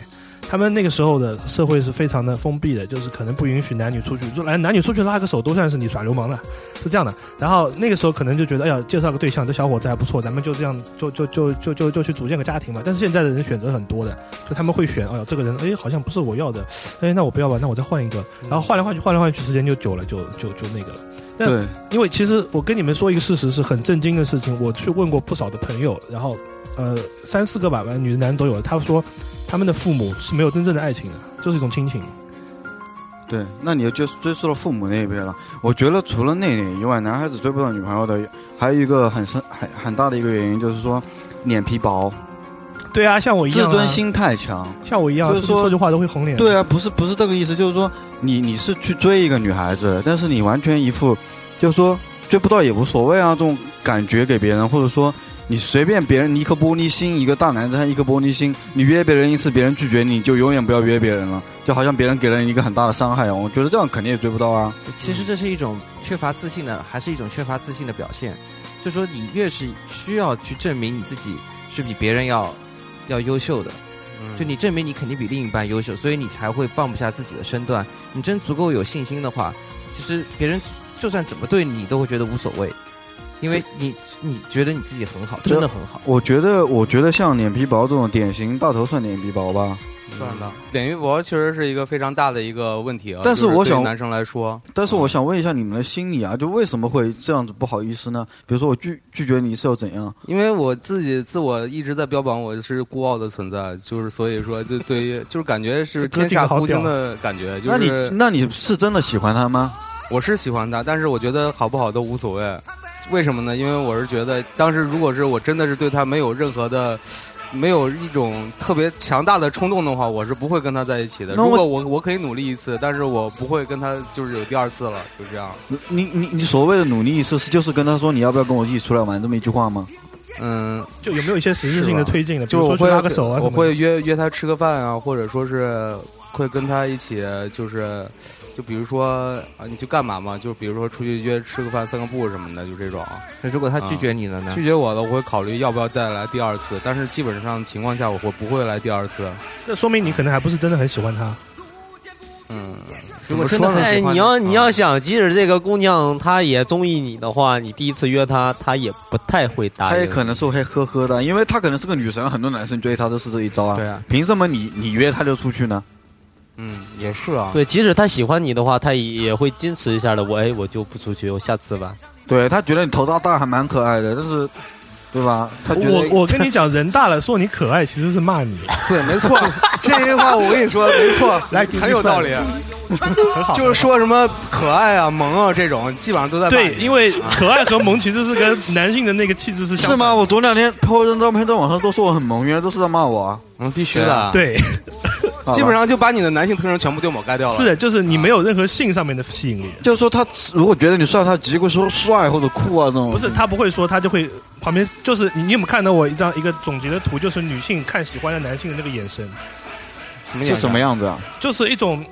Speaker 5: 他们那个时候的社会是非常的封闭的，就是可能不允许男女出去，就来男女出去拉个手都算是你耍流氓了，是这样的。然后那个时候可能就觉得，哎呀，介绍个对象，这小伙子还不错，咱们就这样就就就就就就去组建个家庭嘛。但是现在的人选择很多的，就他们会选，哎呀，这个人，哎，好像不是我要的，哎，那我不要吧，那我再换一个，然后换来换去，换来换去，时间就久了，就就就那个了。那
Speaker 2: 对，
Speaker 5: 因为其实我跟你们说一个事实是很震惊的事情，我去问过不少的朋友，然后呃三四个吧，反正女的男的都有，他说他们的父母是没有真正的爱情的，就是一种亲情。
Speaker 2: 对，那你就追追溯到父母那一边了。我觉得除了内敛以外，男孩子追不到女朋友的，还有一个很深、很很大的一个原因，就是说脸皮薄，
Speaker 5: 对啊，像我一
Speaker 2: 自
Speaker 5: 样、
Speaker 2: 尊，心太强。
Speaker 5: 像我一样，啊
Speaker 2: 就是
Speaker 5: 不是
Speaker 2: 说
Speaker 5: 说句话都会红脸。
Speaker 2: 对啊，不是不是这个意思，就是说你你是去追一个女孩子，但是你完全一副就是说追不到也无所谓啊这种感觉给别人，或者说你随便别人你一颗玻璃心，一个大男子汉一颗玻璃心，你约别人一次，别人拒绝你就永远不要约别人了，就好像别人给了你一个很大的伤害啊，我觉得这样肯定也追不到啊。
Speaker 9: 其
Speaker 1: 嗯
Speaker 9: 实这是一种缺乏自信的，还是一种缺乏自信的表现。就说你越是需要去证明你自己是比别人要要优秀的，
Speaker 1: 嗯
Speaker 9: 就你证明你肯定比另一半优秀，所以你才会放不下自己的身段。你真足够有信心的话，其实别人就算怎么对你，都会觉得无所谓，因为你你觉得你自己很好，真的很好。
Speaker 2: 我觉得我觉得像脸皮薄这种典型大头算脸皮薄吧，
Speaker 1: 算了，脸皮薄确实是一个非常大的一个问题啊。
Speaker 2: 但
Speaker 1: 嗯
Speaker 2: 是
Speaker 1: 就是
Speaker 2: 我
Speaker 1: 对
Speaker 2: 想
Speaker 1: 男生来说，
Speaker 2: 但是我想问一下你们的心理啊，就为什么会这样子不好意思呢？比如说我拒拒绝你是要怎样？
Speaker 1: 因为我自己自我一直在标榜我是孤傲的存在，就是所以说，就对于就是感觉是
Speaker 5: 这哥
Speaker 1: 天
Speaker 5: 几个
Speaker 1: 下
Speaker 5: 好
Speaker 1: 孤
Speaker 5: 屌
Speaker 1: 星的感觉，就
Speaker 2: 那你
Speaker 1: 是
Speaker 2: 那你是真的喜欢他吗？
Speaker 1: 我是喜欢他，但是我觉得好不好都无所谓。为什么呢？因为我是觉得，当时如果是我真的是对他没有任何的，没有一种特别强大的冲动的话，我是不会跟他在一起的。
Speaker 2: 那我
Speaker 1: 如果我我可以努力一次，但是我不会跟他就是有第二次了，就这样。
Speaker 2: 你你你所谓的努力一次，是就是跟他说你要不要跟我一起出来玩这么一句话吗？
Speaker 1: 嗯，
Speaker 5: 就有没有一些实质性的
Speaker 1: 是吧
Speaker 5: 推进的？比
Speaker 1: 就
Speaker 5: 如
Speaker 1: 是我
Speaker 5: 说去
Speaker 1: 会
Speaker 5: 拉个手啊什
Speaker 1: 我
Speaker 5: 么的，
Speaker 1: 会约约他吃个饭啊，或者说是会跟他一起，就是就比如说啊，你去干嘛嘛？就比如说出去约吃个饭、散个步什么的，就这种。
Speaker 9: 那如果他拒绝你了呢？
Speaker 1: 拒绝我的，我会考虑要不要再来第二次，但是基本上情况下我会不会来第二次。
Speaker 5: 这说明你可能还不是真的很喜欢他。
Speaker 1: 嗯，
Speaker 9: 如
Speaker 1: 怎
Speaker 9: 果
Speaker 1: 么
Speaker 9: 真
Speaker 1: 说
Speaker 9: 的
Speaker 1: 呢？
Speaker 9: 很
Speaker 1: 喜
Speaker 3: 哎，
Speaker 1: 欢
Speaker 3: 你要
Speaker 1: 嗯
Speaker 3: 你要想，即使这个姑娘她也中意你的话，你第一次约她，她也不太会答应。
Speaker 2: 她也可能是会呵呵的，因为她可能是个女神，很多男生追她都是这一招啊。
Speaker 1: 对啊，
Speaker 2: 凭什么你你约她就出去呢？
Speaker 1: 嗯，也是啊，
Speaker 3: 对，即使她喜欢你的话，她也也会矜持一下的。我哎，我就不出去，我下次吧。
Speaker 2: 对她觉得你头大大还蛮可爱的，但是，对吧？她觉
Speaker 5: 我
Speaker 2: 得
Speaker 5: 我跟你讲，人大了说你可爱其实是骂你，
Speaker 1: 对，没错，这句话我跟你说没错，
Speaker 5: 来给你
Speaker 1: 很有道理，啊
Speaker 5: 很好。
Speaker 1: 就是说什么可爱啊、萌啊这种，基本上都在
Speaker 5: 对，
Speaker 1: 骂你
Speaker 5: 因为可爱和萌其实是跟男性的那个气质是相
Speaker 2: 是
Speaker 5: 反
Speaker 2: 吗？？我昨两天拍一张照片在网上都说我很萌，原来都是在骂我啊。
Speaker 1: 嗯，必须的，，
Speaker 5: 对，啊
Speaker 2: 好吧
Speaker 1: 基本上就把你的男性特征全部就抹盖掉了。
Speaker 5: 是的，就是你没
Speaker 2: 啊
Speaker 5: 有任何性上面的吸引力。
Speaker 2: 就是说他如果觉得你帅，他只会说帅或者酷啊这种。
Speaker 5: 不是他不会说，他就会旁边就是你，你有没有看到我一张一个总结的图，就是女性看喜欢的男性的那个眼神，
Speaker 1: 什么
Speaker 2: 是
Speaker 1: 眼
Speaker 2: 什么样子啊？
Speaker 5: 就是一种，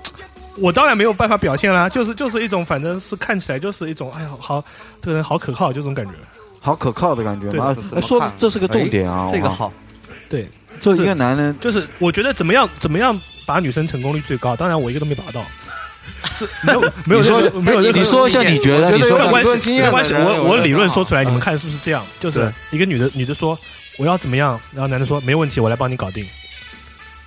Speaker 5: 我当然没有办法表现啦，就是就是一种，反正是看起来就是一种，哎呀，好，这个人好可靠，就这种感觉。
Speaker 2: 好可靠的感觉吗？
Speaker 1: 对
Speaker 2: 哎
Speaker 1: 怎么
Speaker 2: 说
Speaker 1: 看
Speaker 2: 这是个重点啊，
Speaker 9: 这个
Speaker 2: 我靠，
Speaker 9: 好，
Speaker 2: 这一个男人
Speaker 5: 就是我觉得怎么样怎么样把女生成功率最高，当然我一个都没把到， 是没有没有
Speaker 2: 你说
Speaker 5: 任何没有任何
Speaker 2: 你说一下，你觉得？
Speaker 1: 我觉
Speaker 2: 你
Speaker 1: 得有
Speaker 2: 说
Speaker 5: 没有
Speaker 1: 很
Speaker 5: 关
Speaker 1: 多
Speaker 5: 系
Speaker 1: 经
Speaker 5: 没
Speaker 1: 验
Speaker 5: 有
Speaker 1: 的
Speaker 5: 关系，
Speaker 1: 人
Speaker 5: 我
Speaker 1: 我
Speaker 5: 我
Speaker 1: 觉得
Speaker 5: 理论
Speaker 1: 很
Speaker 5: 说出
Speaker 2: 啊
Speaker 5: 来，你们看是不是这样？就是一个女的女的说我要怎么样，然后男的说没问题，我来帮你搞定。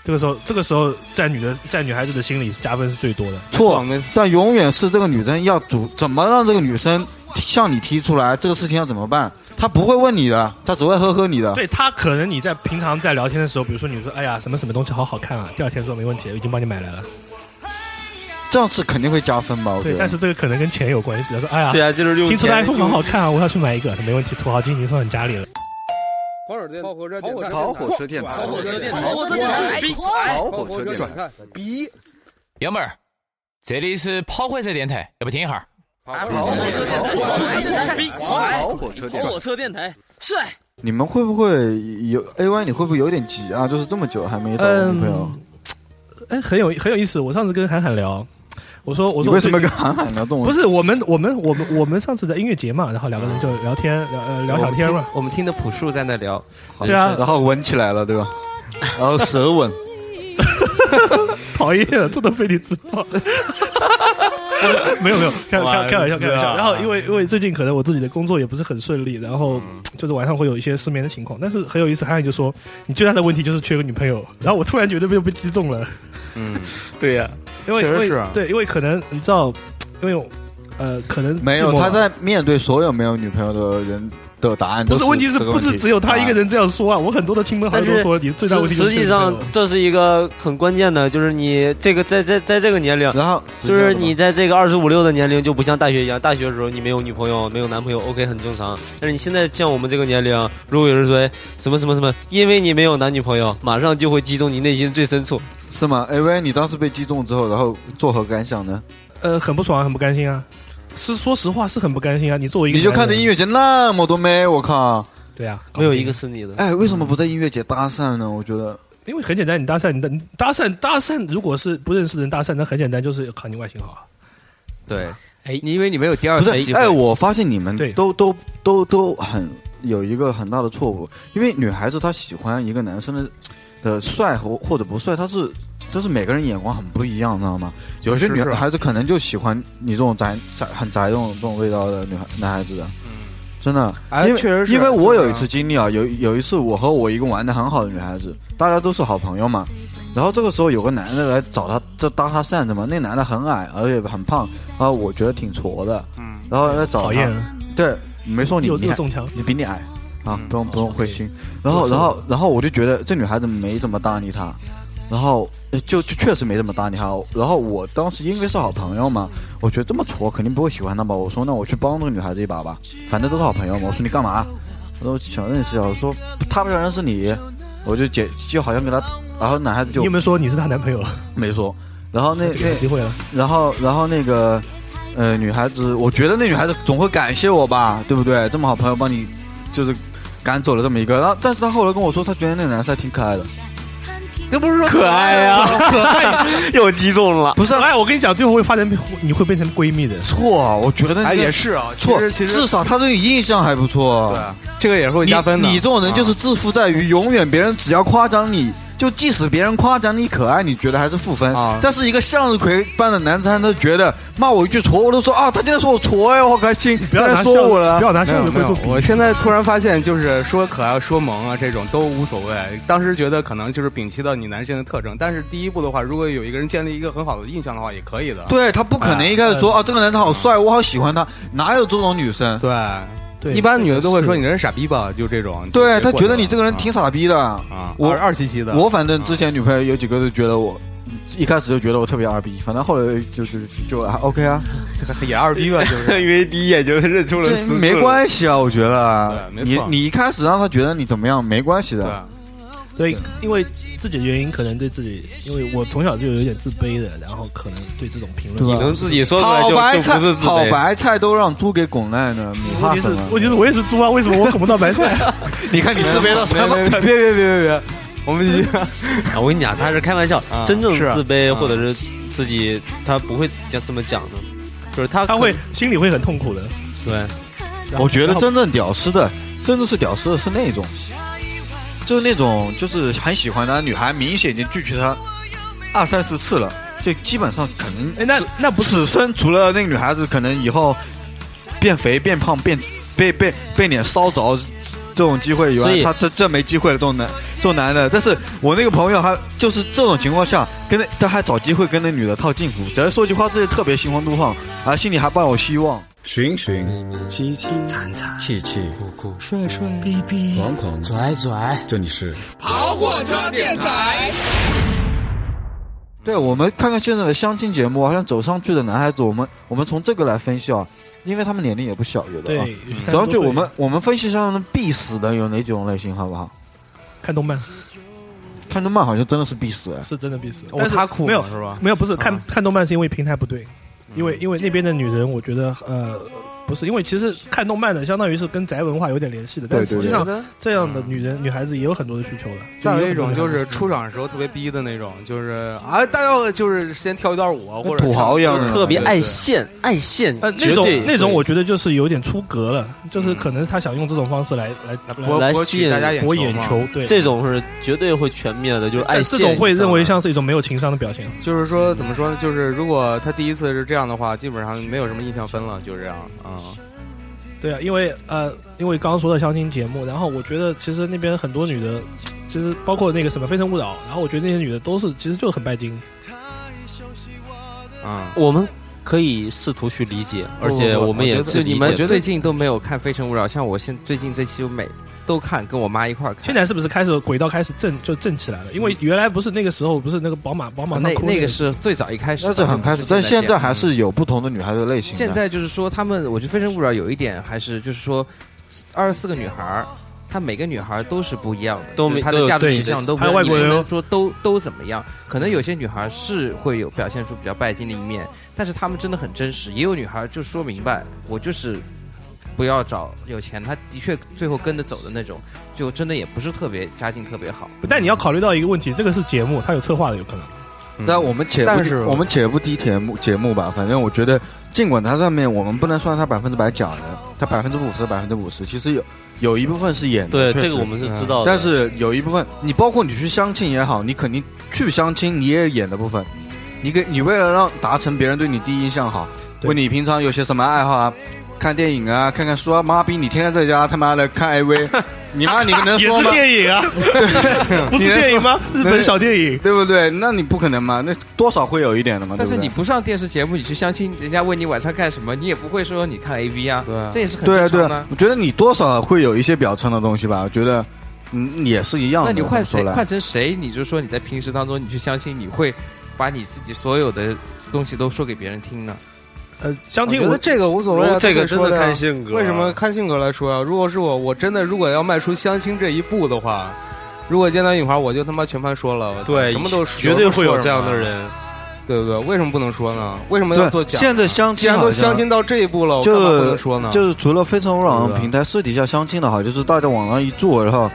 Speaker 5: 这个时候，这个时候在女的在女孩子的心里是加分是最多的。
Speaker 2: 错，
Speaker 1: 没错
Speaker 2: 但永远是这个女生要主怎么让这个女生向你提出来这个事情要怎么办？她不会问你的，她只会呵呵你的。
Speaker 5: 对她可能你在平常在聊天的时候，比如说你说哎呀什么什么东西好好看啊，第二天说没问题，已经帮你买来了。
Speaker 2: 这样是肯定会加分吧？我觉
Speaker 5: 对，但
Speaker 2: 得
Speaker 5: 是。这个可能跟钱有关系。他说哎呀，
Speaker 3: 啊，就是
Speaker 5: 新出的 iPhone 好好看啊，我要去买一个，没问题，土豪金已经送到你家里了。
Speaker 1: 跑火车跑火车
Speaker 7: 跑火车电台，跑火车电
Speaker 10: 跑火车电台
Speaker 7: 台，跑火车电台。
Speaker 1: 逼
Speaker 10: 爷们儿，这里是跑火车电台，要不听一下儿？
Speaker 7: 跑火车电台，
Speaker 10: 车电台，
Speaker 2: 你们会不会有 A Y？你会不会有点急啊？就是这么久还没找到女朋友，
Speaker 5: 哎，很有很有意思。我上次跟韩寒聊，我说我
Speaker 2: 你
Speaker 5: 说
Speaker 2: 为什么
Speaker 5: 我
Speaker 2: 跟
Speaker 5: 最
Speaker 2: 韩寒聊这种？
Speaker 5: 不是我们，我们，我们，我们上次在音乐节嘛，然后两个人就聊天，聊呃聊小天
Speaker 3: 哦
Speaker 5: 嘛。
Speaker 9: 我们听的朴树在那聊，
Speaker 5: 对啊
Speaker 2: 然后吻起来了，对吧？然后舌吻，
Speaker 5: 讨厌，啊这都被你知道。 没有没有，开开开玩笑，开玩笑。然后因为因为最近可能我自己的工作也不是很顺利，然后就是晚上会有一些失眠的情况。但是很有意思，韩寒就说你最大的问题就是缺个女朋友。然后我突然觉得被被击中了。
Speaker 1: 嗯，
Speaker 5: 对呀、因为
Speaker 1: 确实
Speaker 5: 因为
Speaker 1: 是啊
Speaker 5: 对，因为可能你知道，因为我呃可能
Speaker 2: 没有
Speaker 5: 寂寞
Speaker 2: 他
Speaker 5: 嘛
Speaker 2: 在面对所有没有女朋友的人的答案
Speaker 5: 不
Speaker 2: 都
Speaker 5: 是
Speaker 2: 是
Speaker 5: 问题是
Speaker 2: 这个
Speaker 5: 不是只有他一个人这样说啊？我很多的亲朋好友
Speaker 3: 但
Speaker 5: 都
Speaker 3: 是
Speaker 5: 说你最大问题就
Speaker 3: 实
Speaker 5: 是
Speaker 3: 际上，这是一个很关键的，就是你这个在在在这个年龄
Speaker 2: 答案？，啊然后
Speaker 3: 就是你在这个二十五六的年龄就不像大学一样，大学的时候你没有女朋友、没有男朋友，OK 很正常。但是你现在像我们这个年龄，如果有人说哎什么什么什么，因为你没有男女朋友，马上就会击中你内心最深处。
Speaker 2: 是吗？哎喂，你当时被击中之后，然后作何感想呢？
Speaker 5: 呃很不爽，很不甘心啊。是说实话是很不甘心啊。你作为一个
Speaker 2: 你就看着音
Speaker 5: 乐
Speaker 2: 乐节那么多妹，我靠！
Speaker 5: 对啊，
Speaker 3: 没有一个是 你的，
Speaker 2: 哎，为什么不在音乐节搭讪呢？我觉得
Speaker 5: 因为很简单，你搭讪你的你搭讪搭讪，如果是不认识的人搭讪，那很简单，就是靠你外形好啊。
Speaker 9: 对，你因为你没有第二
Speaker 2: 不
Speaker 9: 次
Speaker 2: 是
Speaker 9: 机。会
Speaker 2: 哎，，我发现你们
Speaker 5: 对
Speaker 2: 都都都都很有一个很大的错误，因为女孩子她喜欢一个男生的的帅和或者不帅，她是。就是每个人眼光很不一样，知道吗？有些
Speaker 1: 是啊
Speaker 2: 女
Speaker 1: 是
Speaker 2: 孩子可能就喜欢你这种宅宅很宅这种这种味道的女孩男孩子的，
Speaker 1: 嗯
Speaker 2: 真的，
Speaker 1: 哎
Speaker 2: 因为
Speaker 1: 确实是
Speaker 2: 因为我有一
Speaker 1: 对啊
Speaker 2: 次经历啊，有有一次我和我一个玩的很好的女孩子，大家都是好朋友嘛。然后这个时候有个男的来找她，这搭她讪子嘛。那男的很矮，而且很胖，啊，我觉得挺矬的。
Speaker 1: 嗯，
Speaker 2: 然后来找
Speaker 5: 讨
Speaker 2: 她
Speaker 5: 厌，，啊
Speaker 2: 对，没说你，
Speaker 5: 又
Speaker 2: 哦你
Speaker 5: 又
Speaker 2: 还
Speaker 5: 中枪。
Speaker 2: 你比你矮啊，
Speaker 1: 嗯
Speaker 2: 不用不用灰心。然后然后然后我就觉得这女孩子没怎么搭理他，然后呃就就确实没怎么搭理他。然后我当时因为是好朋友嘛，我觉得这么挫肯定不会喜欢她吧。我说那我去帮这个女孩子一把吧，反正都是好朋友嘛。我说你干嘛？然后想认识一下，啊我说她不想认识你，我就解就好像给她，然后男孩子
Speaker 5: 你
Speaker 2: 就
Speaker 5: 有没有说你是她男朋友？
Speaker 2: 没说。然后那 那
Speaker 5: 有机会了，
Speaker 2: 然后然后那个呃女孩子，我觉得那女孩子总会感谢我吧，对不对？这么好朋友帮你，就是赶走了这么一个。然后，但是他后来跟我说，他觉得那个男生还挺可爱的。
Speaker 1: 这不是说
Speaker 3: 可爱呀、又击中了。
Speaker 2: 不是啊
Speaker 5: 哎，我跟你讲，最后会发展，你会变成闺蜜的。
Speaker 2: 错啊，我觉得那个
Speaker 1: 哎，也是啊，
Speaker 2: 错，
Speaker 1: 其实其实
Speaker 2: 至少他对你印象还不错。
Speaker 1: 对，这个也是会加分的。
Speaker 2: 你你这种人
Speaker 1: 啊
Speaker 2: 就是自负在于永远别人只要夸奖你，就即使别人夸奖你可爱，你觉得还是负分。
Speaker 1: 啊
Speaker 2: 但是一个向日葵般的男生，他觉得骂我一句矬，我都说啊，他今天说我矬哎，我好开心，
Speaker 5: 不要
Speaker 2: 他
Speaker 5: 拿
Speaker 2: 来
Speaker 5: 向
Speaker 2: 说我了啊
Speaker 5: 不。要拿
Speaker 1: 没
Speaker 5: 向
Speaker 1: 有
Speaker 5: 日
Speaker 1: 没
Speaker 5: 葵做
Speaker 1: 有
Speaker 5: 比，喻。
Speaker 1: 我现在突然发现，就是说可爱、说萌啊这种都无所谓。当时觉得可能就是摒弃到你男性的特征，但是第一步的话，如果有一个人建立一个很好的印象的话，也可以的。
Speaker 2: 对他不可能一开始说啊，这个男生好帅，我好喜欢他，哪有这种女生？
Speaker 1: 对，
Speaker 5: 对
Speaker 1: 一般女的都会说你这人傻逼吧，就这种。
Speaker 2: 对
Speaker 1: 就
Speaker 2: 他
Speaker 1: 就过去
Speaker 2: 觉得
Speaker 1: 了
Speaker 2: 你这个人挺傻逼的。
Speaker 1: 啊，
Speaker 2: 我
Speaker 1: 二二七七的，
Speaker 2: 我反正之前女朋友有几个都觉得我，一开始就觉得我特别二逼，反正后来就就就啊 OK 啊，
Speaker 1: 这个也二逼吧， 就是
Speaker 3: 因为第一眼就认出
Speaker 2: 这没关系啊，我觉得
Speaker 1: 对没
Speaker 2: 你
Speaker 1: 错
Speaker 2: 你一开始让他觉得你怎么样没关系
Speaker 1: 对
Speaker 2: 的，
Speaker 5: 对，因为自己的原因，可能对自己，因为我从小就有点自卑的，然后可能对这种评论，
Speaker 2: 对吧
Speaker 3: 你能自己说出来
Speaker 2: 好
Speaker 3: 就
Speaker 2: 白
Speaker 3: 就
Speaker 2: 菜
Speaker 3: 不是自
Speaker 2: 好
Speaker 3: 卑。
Speaker 2: 白菜都让猪给拱烂了，你
Speaker 5: 问
Speaker 2: 怕
Speaker 5: 题
Speaker 2: 什
Speaker 5: 是
Speaker 2: 么？，
Speaker 5: 问题是我也是猪啊，为什么我拱不到白菜？
Speaker 2: 你看你自卑到什么
Speaker 1: 别别
Speaker 2: 程度？
Speaker 1: 别别别别，我们继续。
Speaker 3: 啊我跟你讲，他是开玩笑
Speaker 1: 啊，
Speaker 3: 真正
Speaker 1: 是啊
Speaker 3: 自卑
Speaker 1: 啊
Speaker 3: 或者是自己他不会这样这么讲的，就是他
Speaker 5: 他会心里会很痛苦的。
Speaker 3: 对
Speaker 2: 我觉得真正屌丝的，真的是屌丝的是那种，就是那种就是很喜欢的女孩，明显已经拒绝他二三十次了，就基本上可能
Speaker 5: 哎，那
Speaker 2: 是
Speaker 5: 那不是
Speaker 2: 此生除了那个女孩子，可能以后变肥、变胖、变被被被脸烧着这种机会以
Speaker 3: 所
Speaker 2: 外，
Speaker 3: 以
Speaker 2: 他这这没机会了。这种男这种男的，但是我那个朋友还就是这种情况下，跟那他还找机会跟那女的套近乎，只要说句话，这就特别心花怒放，而心里还抱有希望。
Speaker 11: 寻寻嗯
Speaker 12: 凄凄惨惨
Speaker 11: 气气，
Speaker 12: 酷酷帅帅逼逼
Speaker 11: 狂狂，
Speaker 12: 拽拽。
Speaker 11: 这里是
Speaker 2: 对，我们看看现在的相亲节目，好像走上去的男孩子，我们我们从这个来分析啊，因为他们年龄也不小，有的啊。
Speaker 5: 对，
Speaker 2: 主要就我们我们分析一下他们必死的有哪几种类型，好不好？
Speaker 5: 看动漫
Speaker 2: 看动漫好像真的是必死哎。
Speaker 5: 是真的必死，
Speaker 1: 我
Speaker 5: 但是
Speaker 1: 他酷
Speaker 5: 没有
Speaker 1: 是吧？
Speaker 5: 没有，不是看看动漫是因为平台不对，因为因为那边的女人，我觉得呃不是，因为其实看动漫的相当于是跟宅文化有点联系的，但
Speaker 2: 对
Speaker 5: 实际
Speaker 2: 对
Speaker 5: 上
Speaker 1: 对嗯
Speaker 5: 这样的女人女孩子也有很多的需求了。
Speaker 1: 再有
Speaker 5: 有
Speaker 1: 一
Speaker 5: 很多
Speaker 1: 种就
Speaker 5: 女孩
Speaker 1: 是
Speaker 5: 子
Speaker 1: 出场的时候特别逼的那种，就是啊，大家就是先跳一段舞啊或者
Speaker 2: 土豪一样的
Speaker 1: 唱
Speaker 3: 特别
Speaker 1: 对对
Speaker 3: 爱现爱现，
Speaker 5: 呃那
Speaker 3: 绝
Speaker 5: 种
Speaker 3: 对
Speaker 5: 那种
Speaker 3: 会
Speaker 5: 我觉得就是有点出格了，就是可能他想用这种方式来来
Speaker 1: 博
Speaker 3: 来
Speaker 1: 博
Speaker 3: 吸
Speaker 1: 取
Speaker 3: 引
Speaker 1: 大家
Speaker 5: 博
Speaker 1: 眼
Speaker 5: 眼
Speaker 1: 嘛
Speaker 5: 球，对
Speaker 3: 这种是绝对会全面的，就是爱
Speaker 5: 但这
Speaker 3: 现。
Speaker 5: 种会
Speaker 3: 你知道
Speaker 5: 认
Speaker 3: 吗
Speaker 5: 为像是一种没有情商的表现。
Speaker 1: 就是说，怎么说呢？就是如果他第一次是这样的话，基本上没有什么印象分了，就这样啊。
Speaker 5: 对啊，因为呃，因为刚刚说到相亲节目，然后我觉得其实那边很多女的，其实包括那个什么《非诚勿扰》，然后我觉得那些女的都是其实就是很拜金，
Speaker 1: 啊，
Speaker 3: 我们可以试图去理解，而且
Speaker 9: 不不不
Speaker 3: 我们也
Speaker 9: 觉得
Speaker 3: 是
Speaker 9: 你
Speaker 3: 理
Speaker 9: 们
Speaker 3: 解的
Speaker 9: 最近都没有看《非诚勿扰》，像我现最近这期我每都看，跟我妈一块儿看。
Speaker 5: 现在是不是开始轨道开始正就正起来了？因
Speaker 1: 嗯
Speaker 5: 为原来不是那个时候不是那个宝马宝马
Speaker 9: 那
Speaker 5: 上哭
Speaker 9: 那个是最早一开始，
Speaker 2: 那是很开始，但现在
Speaker 9: 嗯
Speaker 2: 还是有不同的女孩子类型的。
Speaker 9: 现在就是说，他们我觉得《非诚勿扰》有一点还是就是说，二十四个女孩儿，她每个女孩儿都是不一样的，
Speaker 3: 都
Speaker 9: 就是
Speaker 3: 没
Speaker 9: 她
Speaker 3: 都
Speaker 9: 的
Speaker 3: 有
Speaker 9: 价值
Speaker 5: 对
Speaker 9: 取向都不
Speaker 5: 还有
Speaker 9: 一样
Speaker 5: 外国人
Speaker 9: 你不
Speaker 5: 哦
Speaker 9: 能说都都怎么样？可能有些女孩儿是会有表现出比较拜金的一面，但是她们真的很真实。也有女孩儿就说明白，我就是不要找有钱，她的确最后跟着走的那种，就真的也不是特别家境特别好。
Speaker 5: 但你要考虑到一个问题，这个是节目，它有策划的，有 可能。
Speaker 1: 嗯
Speaker 2: 但我们且不
Speaker 1: 但是
Speaker 2: 我们且不提节目节目吧，反正我觉得，尽管它上面我们不能算它百分之百假的，它百分之五十百分之五十，其实有有一部分是演的。
Speaker 3: 对
Speaker 2: 确实
Speaker 3: 这个我们是知道的。
Speaker 2: 但是有一部分，你包括你去相亲也好，你肯定去相亲，你也演的部分，你给你为了让达成别人对你第一印象好，
Speaker 5: 对
Speaker 2: 问你平常有些什么爱好啊，看电影啊，看看书啊，妈逼你天天在家他妈的看 AV，你妈你能
Speaker 5: 也
Speaker 2: 说
Speaker 5: 是
Speaker 2: 吗？
Speaker 5: 电影啊， 不是电 影吗？日本小电影。
Speaker 2: 对不对？那你不可能嘛，那多少会有一点的嘛。
Speaker 9: 但是
Speaker 2: 啊对不对
Speaker 9: 你不上电视节目，你去相亲，人家问你晚上干什么，你也不会说你看 AV 啊，
Speaker 1: 对
Speaker 9: 这也是很
Speaker 2: 对啊，
Speaker 9: 正
Speaker 2: 对
Speaker 9: 常
Speaker 2: 啊
Speaker 9: 的。，
Speaker 2: 我觉得你多少会有一些表层的东西吧。我觉得，嗯，也是一样
Speaker 9: 那
Speaker 2: 的。
Speaker 9: 你换谁
Speaker 2: 怎么说
Speaker 9: 换
Speaker 2: 来？
Speaker 9: 成谁，你就说你在平时当中你去相亲，你会把你自己所有的东西都说给别人听呢？
Speaker 5: 呃，相
Speaker 1: 我
Speaker 5: 亲
Speaker 1: 觉得
Speaker 5: 我
Speaker 1: 这个无所谓啊，
Speaker 3: 这
Speaker 1: 都
Speaker 3: 个
Speaker 1: 可以
Speaker 3: 真
Speaker 1: 说
Speaker 3: 的
Speaker 1: 呀
Speaker 3: 看性格，
Speaker 1: 为什么看性格来说啊？如果是我，我真的如果要迈出相亲这一步的话，如果见到女孩，我就他妈全盘说了，我操
Speaker 3: 对
Speaker 1: 什么都
Speaker 3: 绝对会有这样的。人。
Speaker 1: 对不对？为什么不能说呢？为什么要
Speaker 2: 对
Speaker 1: 做假？啊
Speaker 2: 现在相亲
Speaker 1: 既然
Speaker 2: 好
Speaker 1: 都
Speaker 2: 像
Speaker 1: 相亲到这一步了，我
Speaker 2: 就
Speaker 1: 干嘛不
Speaker 2: 是
Speaker 1: 能说呢？
Speaker 2: 就是除了非诚勿扰那种平台，私底下相亲的哈，就是大家往上一坐，然后，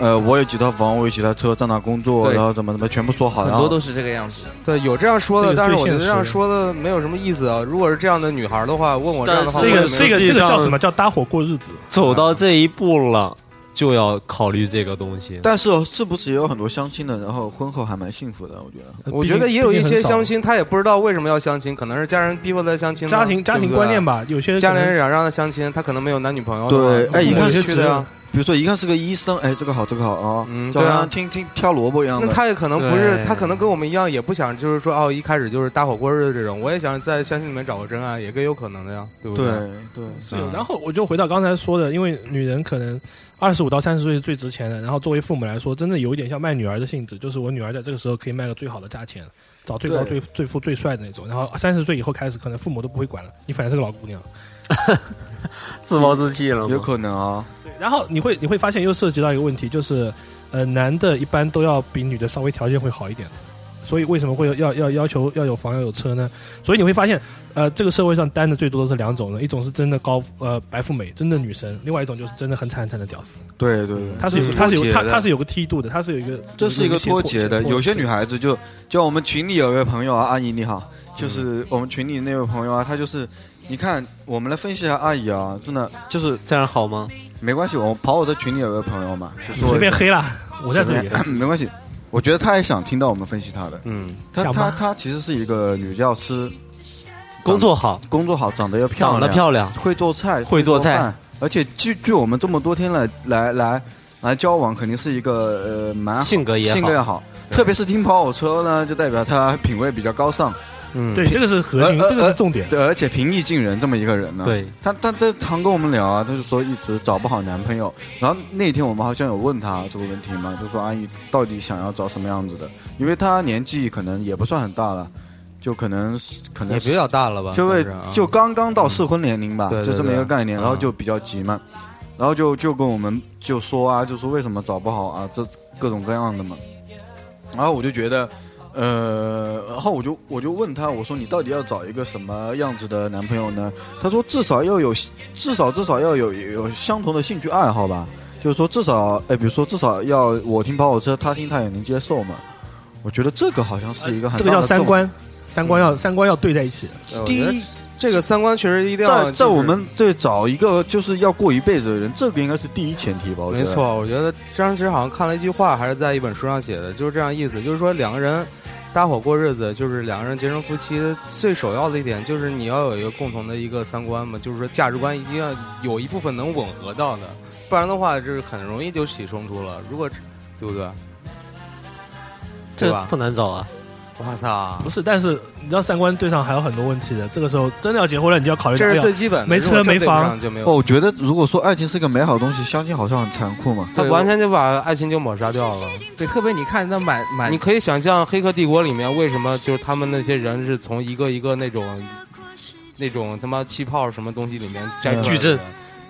Speaker 2: 呃，我有几套房，我有几台车，在哪工作，
Speaker 1: 对
Speaker 2: 然后怎么怎么全部说好，
Speaker 1: 很
Speaker 2: 然
Speaker 1: 多
Speaker 2: 后
Speaker 1: 都
Speaker 9: 是这个样子。
Speaker 1: 对，有这样说的，
Speaker 2: 这个
Speaker 1: 但
Speaker 2: 最
Speaker 1: 是我觉得
Speaker 2: 现
Speaker 1: 这
Speaker 2: 实
Speaker 1: 样说的没有什么意思啊。如果是这样的女孩的话，问我这样的话，
Speaker 5: 这
Speaker 1: 我也
Speaker 5: 个
Speaker 1: 没有
Speaker 5: 这个这个叫什么
Speaker 1: 意
Speaker 5: 叫搭伙过日子？
Speaker 3: 走到
Speaker 1: 嗯
Speaker 3: 这一步了，就要考虑这个东西。
Speaker 2: 但是哦是不是也有很多相亲的，然后婚后还蛮幸福的，我觉得。
Speaker 5: 呃
Speaker 1: 见。我觉得也有一些相亲，他也不知道为什么要相亲，可能是家人逼迫他相亲呢，
Speaker 5: 家庭家庭
Speaker 1: 对不对啊
Speaker 5: 观念吧有些
Speaker 1: 家
Speaker 5: 可能
Speaker 1: 人想让他相亲，他可能没有男女朋友啊的话。
Speaker 2: 对，哎，一看是
Speaker 1: 去的啊呀，，
Speaker 2: 比如说一看是个医生，哎，这个好，这个好啊，嗯
Speaker 1: 对啊
Speaker 2: 听听挑萝卜一样的。
Speaker 1: 那他也可能不是，他可能跟我们一样，也不想就是说哦，一开始就是搭伙过日子这种。我也想在相亲里面找个真爱，也更有可能的呀，对不
Speaker 2: 对
Speaker 1: 对，
Speaker 5: 是有。然后我就回到刚才说的，因为女人可能二十五到三十岁是最值钱的，然后作为父母来说，真的有一点像卖女儿的性质，就是我女儿在这个时候可以卖个最好的价钱，找最高、
Speaker 2: 对
Speaker 5: 最最富、最帅的那种。然后三十岁以后开始，可能父母都不会管了，你反正是个老姑娘。
Speaker 3: 自暴自弃了，
Speaker 2: 有可能啊。
Speaker 5: 然后你会你会发现又涉及到一个问题，就是呃，男的一般都要比女的稍微条件会好一点，所以为什么会要要要求要有房要有车呢？所以你会发现，呃，这个社会上单的最多的是两种人，一种是真的高呃白富美，真的女神；，另外一种就是真的很惨很惨的屌丝。
Speaker 2: 对对对，
Speaker 5: 它是有
Speaker 2: 嗯
Speaker 5: 它是有
Speaker 2: 脱节
Speaker 5: 它
Speaker 2: 的
Speaker 5: 它是有个梯度的，它是有一个
Speaker 2: 这是一个
Speaker 5: 胁迫
Speaker 2: 脱节的。
Speaker 5: 胁迫
Speaker 2: 有些女孩子就，就我们群里有一位朋友啊，阿姨你好，就是我们群里那位朋友啊，她就是，你看，我们来分析一下阿姨啊，真的就是
Speaker 3: 这样好吗？
Speaker 2: 没关系，我跑我在群里有一位朋友嘛，就说
Speaker 5: 随便黑啦我在这里
Speaker 2: 随便 没关系。我觉得她也想听到我们分析她的，
Speaker 1: 嗯，
Speaker 2: 她
Speaker 5: 想
Speaker 2: 她
Speaker 5: 吧
Speaker 2: 她其实是一个女教师，
Speaker 3: 工作好，
Speaker 2: 工作好，长得又漂亮，
Speaker 3: 长得漂亮
Speaker 2: 会做菜，
Speaker 3: 会做菜
Speaker 2: 饭，而且据据我们这么多天来来来来交往，肯定是一个呃蛮好
Speaker 3: 啊性格也好
Speaker 2: 性格也好，特别是听跑火车呢，就代表他品味比较高尚。
Speaker 1: 嗯
Speaker 5: 对这个是核心
Speaker 2: 而
Speaker 5: 这个是重点
Speaker 2: 而对，而且平易近人这么一个人呢，
Speaker 3: 对，
Speaker 2: 他他他常跟我们聊啊，他就说一直找不好男朋友。然后那天我们好像有问他这个问题嘛，就说阿姨到底想要找什么样子的？因为他年纪可能也不算很大了，就可能是可能
Speaker 1: 也
Speaker 2: 是
Speaker 1: 比较大了吧
Speaker 2: 就会
Speaker 1: 算是啊
Speaker 2: 就刚刚到适婚年龄吧，
Speaker 1: 对对
Speaker 2: 就这么一个
Speaker 1: 对
Speaker 2: 概念，然后
Speaker 1: 嗯
Speaker 2: 就比较急嘛，然后就就跟我们就说啊，就说为什么找不好啊，这各种各样的嘛。然后我就觉得，呃，然后我就我就问他，我说你到底要找一个什么样子的男朋友呢？他说至少要有，至少至少要有有相同的兴趣爱好吧，就是说至少，哎，比如说至少要我听跑火车，他听他也能接受嘛。我觉得这个好像是一个很
Speaker 5: 这个
Speaker 2: 大
Speaker 5: 叫
Speaker 2: 的
Speaker 5: 三
Speaker 2: 重呃
Speaker 5: 观，三观要三观要对在一起。
Speaker 2: 第一，
Speaker 1: 这个三观确实一定要
Speaker 2: 在
Speaker 1: 就是
Speaker 2: 在我们对找一个就是要过一辈子的人，这个应该是第一前提吧？我
Speaker 1: 没
Speaker 2: 觉得
Speaker 1: 错，，我觉得当时好像看了一句话，还是在一本书上写的，就是这样意思，就是说两个人搭伙过日子，就是两个人结成夫妻，最首要的一点就是你要有一个共同的一个三观嘛，就是说价值观一定要有一部分能吻合到的，不然的话就是很容易就起冲突了。如果对不 对？对
Speaker 3: 这
Speaker 1: 吧
Speaker 3: 不？难找啊。
Speaker 1: 我操！
Speaker 5: 不是，但是你知道三观对上还有很多问题的。这个时候真的要结婚了，你就要考虑到
Speaker 1: 这是
Speaker 5: 哎呀
Speaker 1: 最基本的
Speaker 5: 没
Speaker 1: 如果
Speaker 5: 车
Speaker 1: 真
Speaker 5: 没
Speaker 1: 对不
Speaker 5: 房
Speaker 1: 上就没有
Speaker 2: 哦，我觉得如果说爱情是个美好东西，相亲好像很残酷嘛。
Speaker 1: 他完全就把爱情就抹杀掉了。
Speaker 9: 对，特别你看那满满，
Speaker 1: 你可以想象《黑客帝国》里面为什么就是他们那些人是从一个一个那种那种他妈气泡什么东西里面摘出来的
Speaker 3: 矩阵，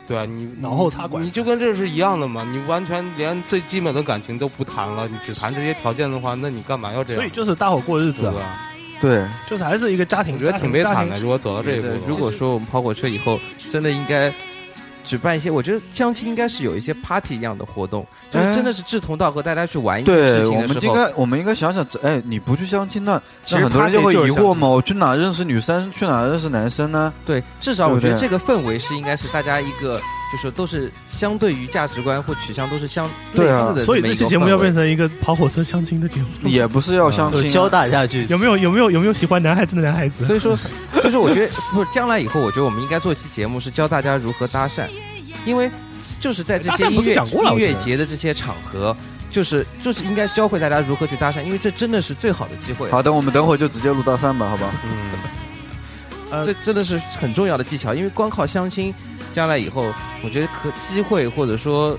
Speaker 1: 对啊，你
Speaker 5: 脑后插管
Speaker 1: 你就跟这是一样的嘛。你完全连最基本的感情都不谈了，你只谈这些条件的话，那你干嘛要这样？
Speaker 5: 所以就是搭伙过日子啊
Speaker 1: 对吧
Speaker 2: 对，
Speaker 5: 就是还是一个家庭，
Speaker 1: 我觉得挺悲惨的。如果走到这一
Speaker 9: 对
Speaker 1: 步的话，
Speaker 9: 如果说我们跑火车以后，真的应该举办一些，我觉得相亲应该是有一些 party 一样的活动，就是真的是志同道合，大家去玩一些
Speaker 2: 哎对
Speaker 9: 事，情
Speaker 2: 我
Speaker 9: 的
Speaker 2: 们
Speaker 9: 时
Speaker 2: 应
Speaker 9: 候。
Speaker 2: 该我们应该想想，哎，你不去相亲那，
Speaker 9: 其
Speaker 2: 那
Speaker 9: 实
Speaker 2: 很多人
Speaker 9: party
Speaker 2: 会
Speaker 9: 就是
Speaker 2: 疑惑
Speaker 9: 相
Speaker 2: 嘛，我去哪认识女生，去哪认识男生呢？
Speaker 1: 嗯
Speaker 9: 对，至少我觉得这
Speaker 2: 个
Speaker 9: 个氛围是应该是大家一个，就是都是相对于价值观或取向都是相类
Speaker 2: 对啊
Speaker 9: 似的这么一个氛
Speaker 5: 所
Speaker 9: 围。
Speaker 5: 以这期节目要变成一个跑火车相亲的节目，
Speaker 2: 也不
Speaker 1: 嗯
Speaker 2: 是要
Speaker 3: 嗯
Speaker 2: 相亲啊，
Speaker 3: 打下去
Speaker 5: 有没有有没有有没有喜欢男孩子的男孩 子？
Speaker 9: 所以说，就是我觉得不是将来以后，我觉得我们应该做一期节目是教大家如何搭讪，因为就是在这
Speaker 5: 搭
Speaker 9: 些
Speaker 5: 讪
Speaker 9: 音
Speaker 5: 不是
Speaker 9: 乐
Speaker 5: 讲过了
Speaker 9: 音
Speaker 5: 我觉
Speaker 9: 乐
Speaker 5: 得
Speaker 9: 节的这些场合，就是就是应该教会大家如何去搭讪，因为这真的是最好的机会。
Speaker 2: 好的，我们等会儿就直接录到三吧，好吧？
Speaker 1: 嗯
Speaker 9: 这真的是很重要的技巧，因为光靠相亲，将来以后，我觉得可机会或者说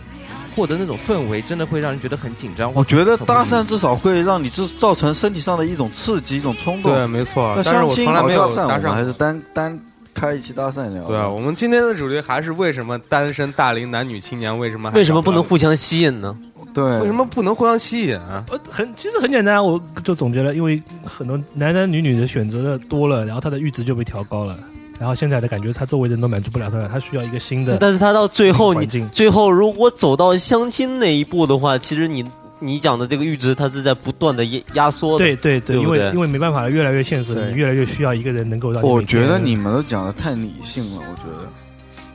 Speaker 9: 获得那种氛围，真的会让人觉得很紧张。
Speaker 2: 我觉得搭讪至少会让你制造成身体上的一种刺激，一种冲动。
Speaker 1: 对没错
Speaker 2: 那
Speaker 1: 但是
Speaker 2: 相
Speaker 1: 我
Speaker 2: 亲
Speaker 1: 从来
Speaker 2: 好
Speaker 1: 没有
Speaker 2: 搭讪，
Speaker 1: 搭
Speaker 2: 我们
Speaker 1: 讪
Speaker 2: 还是单单开一期搭讪聊。
Speaker 1: 对啊，我们今天的主题还是为什么单身大龄男女青年为什么还
Speaker 3: 为什么
Speaker 1: 找
Speaker 3: 不
Speaker 1: 到
Speaker 3: 能互相吸引呢？
Speaker 2: 对，为
Speaker 1: 什么不能互相吸引？啊
Speaker 5: 呃，很其实很简单，我就总结了，因为很多男男女女的选择的多了，然后他的阈值就被调高了。然后现在的感觉，他周围的人都满足不了他了，他需要一个新的。
Speaker 3: 但是他到最后你
Speaker 5: 环境
Speaker 3: 最后如果走到相亲那一步的话，其实你你讲的这个阈值，它是在不断的压压缩的，
Speaker 5: 对对
Speaker 3: 对
Speaker 5: 因
Speaker 3: 不对
Speaker 5: 为因为没办法了，越来越现实了，
Speaker 2: 对
Speaker 5: 你越来越需要一个人能够让你。
Speaker 2: 我觉得你们都讲的太理性了，我觉得，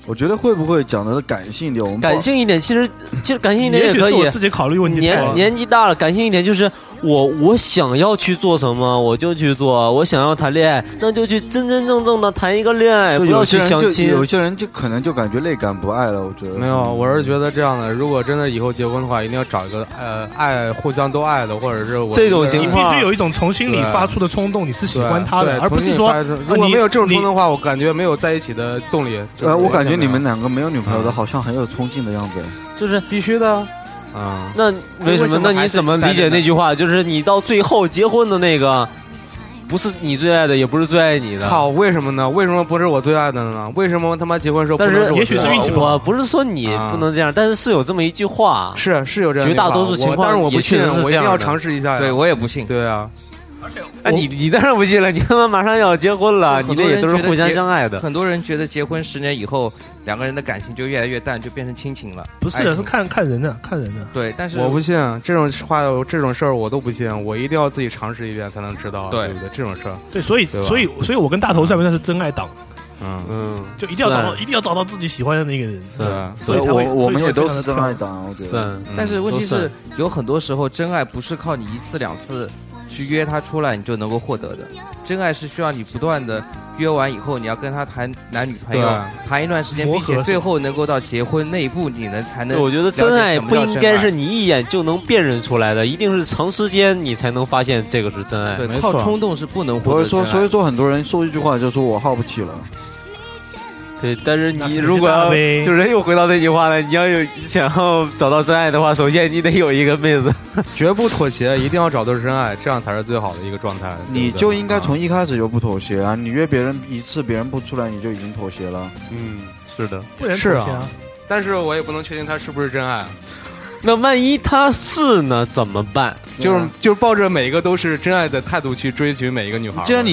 Speaker 2: 我觉得会不会讲的感性一点？我们不
Speaker 3: 感性一点，其实其实感性一点
Speaker 5: 也许
Speaker 3: 可
Speaker 5: 是
Speaker 3: 以
Speaker 5: 我。自己考虑问题太多
Speaker 3: 年
Speaker 5: 了。
Speaker 3: 年纪大了，感性一点就是我我想要去做什么我就去做，我想要谈恋爱那就去真真正正的谈一个恋爱，
Speaker 2: 就
Speaker 3: 不
Speaker 2: 有
Speaker 3: 要
Speaker 2: 些
Speaker 3: 去
Speaker 2: 人
Speaker 3: 相
Speaker 2: 就
Speaker 3: 亲。
Speaker 2: 有些人就可能就感觉内感不爱了。我觉得
Speaker 1: 没有，啊我是觉得这样的，如果真的以后结婚的话，一定要找一个呃爱互相都爱的，或者是我
Speaker 5: 你必须有一种从心里
Speaker 1: 对
Speaker 5: 发出的冲动，你是喜
Speaker 1: 对
Speaker 5: 欢他
Speaker 1: 对
Speaker 5: 的，而不
Speaker 1: 从
Speaker 5: 是
Speaker 1: 心
Speaker 5: 说啊
Speaker 1: 发出如果没有这种冲动的话，我感觉没有在一起的动力。就是
Speaker 2: 呃，我
Speaker 1: 完
Speaker 2: 感
Speaker 1: 全
Speaker 2: 觉
Speaker 1: 没
Speaker 2: 你
Speaker 1: 有
Speaker 2: 们两个没有女
Speaker 1: 嗯
Speaker 2: 朋友的，好像很有冲劲的样子。
Speaker 3: 就是
Speaker 1: 必须的，嗯。
Speaker 3: 那为什么？那你怎么理解那句话？就是你到最后结婚的那个，不是你最爱的，也不是最爱你的。
Speaker 1: 操，为什么呢？为什么不是我最爱的呢？为什么他妈结婚时候不
Speaker 3: 但
Speaker 1: 能
Speaker 3: 是
Speaker 1: 我最爱的
Speaker 3: 我不是说你不能这样，但是是有这么一句话，
Speaker 1: 是是有这样的
Speaker 3: 绝大
Speaker 1: 话
Speaker 3: 多数情
Speaker 1: 我
Speaker 3: 况，
Speaker 1: 但是我不信，
Speaker 3: 是
Speaker 1: 我
Speaker 3: 这
Speaker 1: 一定
Speaker 3: 样
Speaker 1: 要
Speaker 3: 的
Speaker 1: 尝试一下呀。
Speaker 13: 对我也不信。
Speaker 1: 对啊，
Speaker 3: 哎，你你当然不信了，你他妈马上要结婚了，你
Speaker 13: 很
Speaker 3: 那
Speaker 13: 多
Speaker 3: 也
Speaker 13: 人
Speaker 3: 都是
Speaker 13: 觉得
Speaker 3: 互相
Speaker 13: 结
Speaker 3: 相爱的。
Speaker 13: 很多人觉得结婚十年以后，两个人的感情就越来越淡，就变成亲情了。
Speaker 5: 不是
Speaker 13: 爱
Speaker 9: 哎
Speaker 5: 的，
Speaker 13: 情
Speaker 5: 是看看人的，看人啊的。
Speaker 13: 对，但是
Speaker 1: 我不信这种话，这种事儿我都不信，我一定要自己尝试一遍才能知道，对不对？这种事儿，
Speaker 5: 对，所以
Speaker 1: 对吧
Speaker 5: 所以所以我跟大头算不算是真爱党？
Speaker 1: 嗯
Speaker 3: 嗯，
Speaker 5: 就一定要找到
Speaker 3: 是
Speaker 5: 一定要找到自己喜欢的那个人。
Speaker 3: 是啊
Speaker 5: 所以才
Speaker 2: 呃我
Speaker 5: 会
Speaker 2: 我们也都是
Speaker 5: 所以才
Speaker 2: 真爱
Speaker 5: 会非常地
Speaker 2: 党，我觉得。
Speaker 1: 嗯
Speaker 13: 但
Speaker 9: 嗯
Speaker 13: 是问题是，有很多时候真爱不是靠你一次两次去约他出来你就能够获得的，真爱是需要你不断的约完以后，你要跟他谈男女朋友
Speaker 9: 啊
Speaker 3: 对，
Speaker 13: 谈一段时间，
Speaker 3: 磨
Speaker 13: 并
Speaker 3: 合
Speaker 13: 且
Speaker 3: 是
Speaker 13: 最后能够到结婚那一步，你能才能。
Speaker 3: 我觉得真爱不应该是。你一眼就能辨认出来的，一定是长时间你才能发现这个是真爱。
Speaker 13: 对没靠错冲动是不能获
Speaker 2: 所
Speaker 13: 得
Speaker 2: 以说，
Speaker 13: 真爱
Speaker 2: 所以说很多人说一句话就说我耗不起了。
Speaker 3: 对，但是你
Speaker 2: 是
Speaker 3: 如果要
Speaker 2: 大悲
Speaker 3: 就是又回到那句话了，你要有想要找到真爱的话，首先你得有一个妹子。
Speaker 1: 绝不妥协，一定要找到真爱，这样才是最好的一个状态。对不对啊
Speaker 2: 你就应该从一开始就不妥协啊！你约别人一次，别人不出来，你就已经妥协了。
Speaker 1: 嗯，
Speaker 3: 是的，
Speaker 1: 是啊，但是我也不能确定他是不是真爱，
Speaker 3: 那万一他是呢？怎么办？
Speaker 1: 就是就是抱着每一个都是真爱的态度去追寻每一个女孩。
Speaker 3: 对你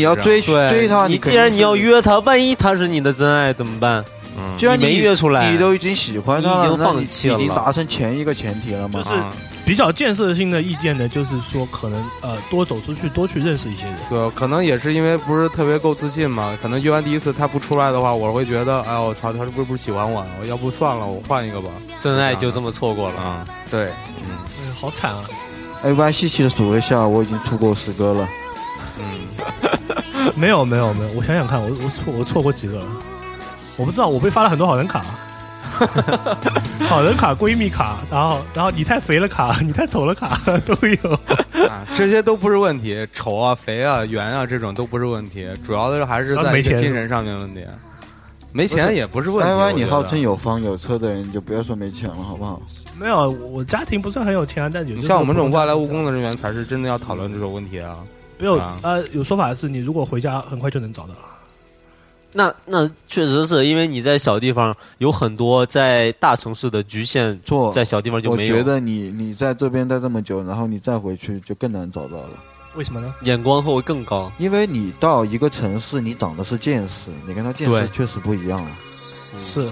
Speaker 3: 既然你要约他，万一他是你的真爱怎么办？
Speaker 1: 嗯
Speaker 2: 既然
Speaker 3: 没约出来，
Speaker 2: 啊你都已经喜欢他了，
Speaker 3: 你已经
Speaker 2: 那
Speaker 3: 放弃了，
Speaker 2: 已经达成前一个前提了嘛？
Speaker 5: 就是
Speaker 1: 啊
Speaker 5: 比较建设性的意见呢，就是说可能呃多走出去，多去认识一些人。
Speaker 1: 对，可能也是因为不是特别够自信嘛。可能约完第一次他不出来的话，我会觉得，哎，我操，他是不是不喜欢我？啊我要不算了，我换一个吧。
Speaker 3: 真爱就这么错过了啊！
Speaker 13: 对，
Speaker 5: 嗯，好惨啊！
Speaker 2: 哎，歪细细的数了一下，我已经出过十个了。
Speaker 1: 嗯
Speaker 5: 没有没有没有，我想想看，我我错我错过几个了，我不知道，我被发了很多好人 卡，好人卡、闺蜜卡，然后然后你太肥了卡，你太丑了卡 都有。
Speaker 1: 啊这些都不是问题，丑啊、肥啊、圆啊，这种都不是问题，主要的还是在
Speaker 2: 没
Speaker 1: 一个
Speaker 2: 钱
Speaker 1: 精神上面问题。没钱也不是问题。
Speaker 2: 歪歪，你
Speaker 1: 我觉得啊
Speaker 2: 号称有房有车的人，你就不要说没钱了，好不好？
Speaker 5: 没有，我家庭不算很有钱啊，但
Speaker 1: 你
Speaker 5: 有的时
Speaker 1: 像
Speaker 5: 候
Speaker 1: 我们这种
Speaker 5: 不能
Speaker 1: 外来务工的人员，才是真的要讨论这种问题啊。
Speaker 5: 没有
Speaker 1: 啊
Speaker 5: 呃有说法是你如果回家很快就能找到。
Speaker 3: 那那确实是因为你在小地方有很多在大城市的局限，
Speaker 2: 错，
Speaker 3: 在小地方就没有。
Speaker 2: 我觉得你你在这边待这么久，然后你再回去就更难找到了。
Speaker 5: 为什
Speaker 1: 嗯
Speaker 5: 么呢？
Speaker 3: 眼光会更高，
Speaker 2: 因为你到一个城市，你长的是见识，你跟他见识
Speaker 5: 对
Speaker 2: 确实不一样了。
Speaker 5: 是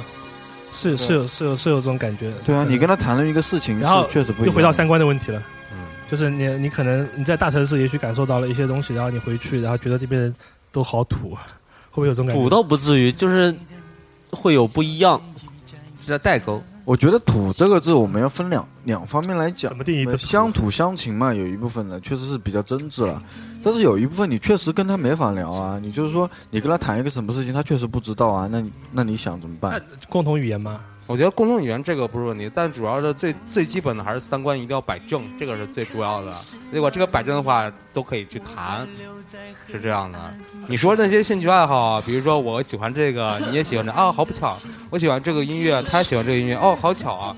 Speaker 5: 是是有是有是有这种感觉的。
Speaker 2: 对啊，
Speaker 5: 可能
Speaker 2: 你跟他谈论一个事情
Speaker 5: 然后
Speaker 2: 是确实不一样。
Speaker 5: 又回到三观的问题了。
Speaker 3: 嗯
Speaker 5: 就是你你可能你在大城市也许感受到了一些东西，然后你回去，然后觉得这边人都好土，会不会有这种感觉？
Speaker 3: 土倒不至于，就是会有不一样，
Speaker 13: 这叫代沟。
Speaker 2: 我觉得“土”这个字，我们要分两两方面来讲。
Speaker 5: 怎么定义这
Speaker 2: 乡土乡情嘛，有一部分呢确实是比较真挚了，但是有一部分你确实跟他没法聊啊。你就是说，你跟他谈一个什么事情，他确实不知道啊，那你那你想怎么办？
Speaker 5: 共同语言吗？
Speaker 1: 我觉得共同语言这个不是问题，但主要是最最基本的还是三观一定要摆正，这个是最主要的。如果这个摆正的话，都可以去谈，是这样的。你说那些兴趣爱好啊，比如说我喜欢这个，你也喜欢这啊，好不巧，我喜欢这个音乐，他喜欢这个音乐，哦，好巧啊，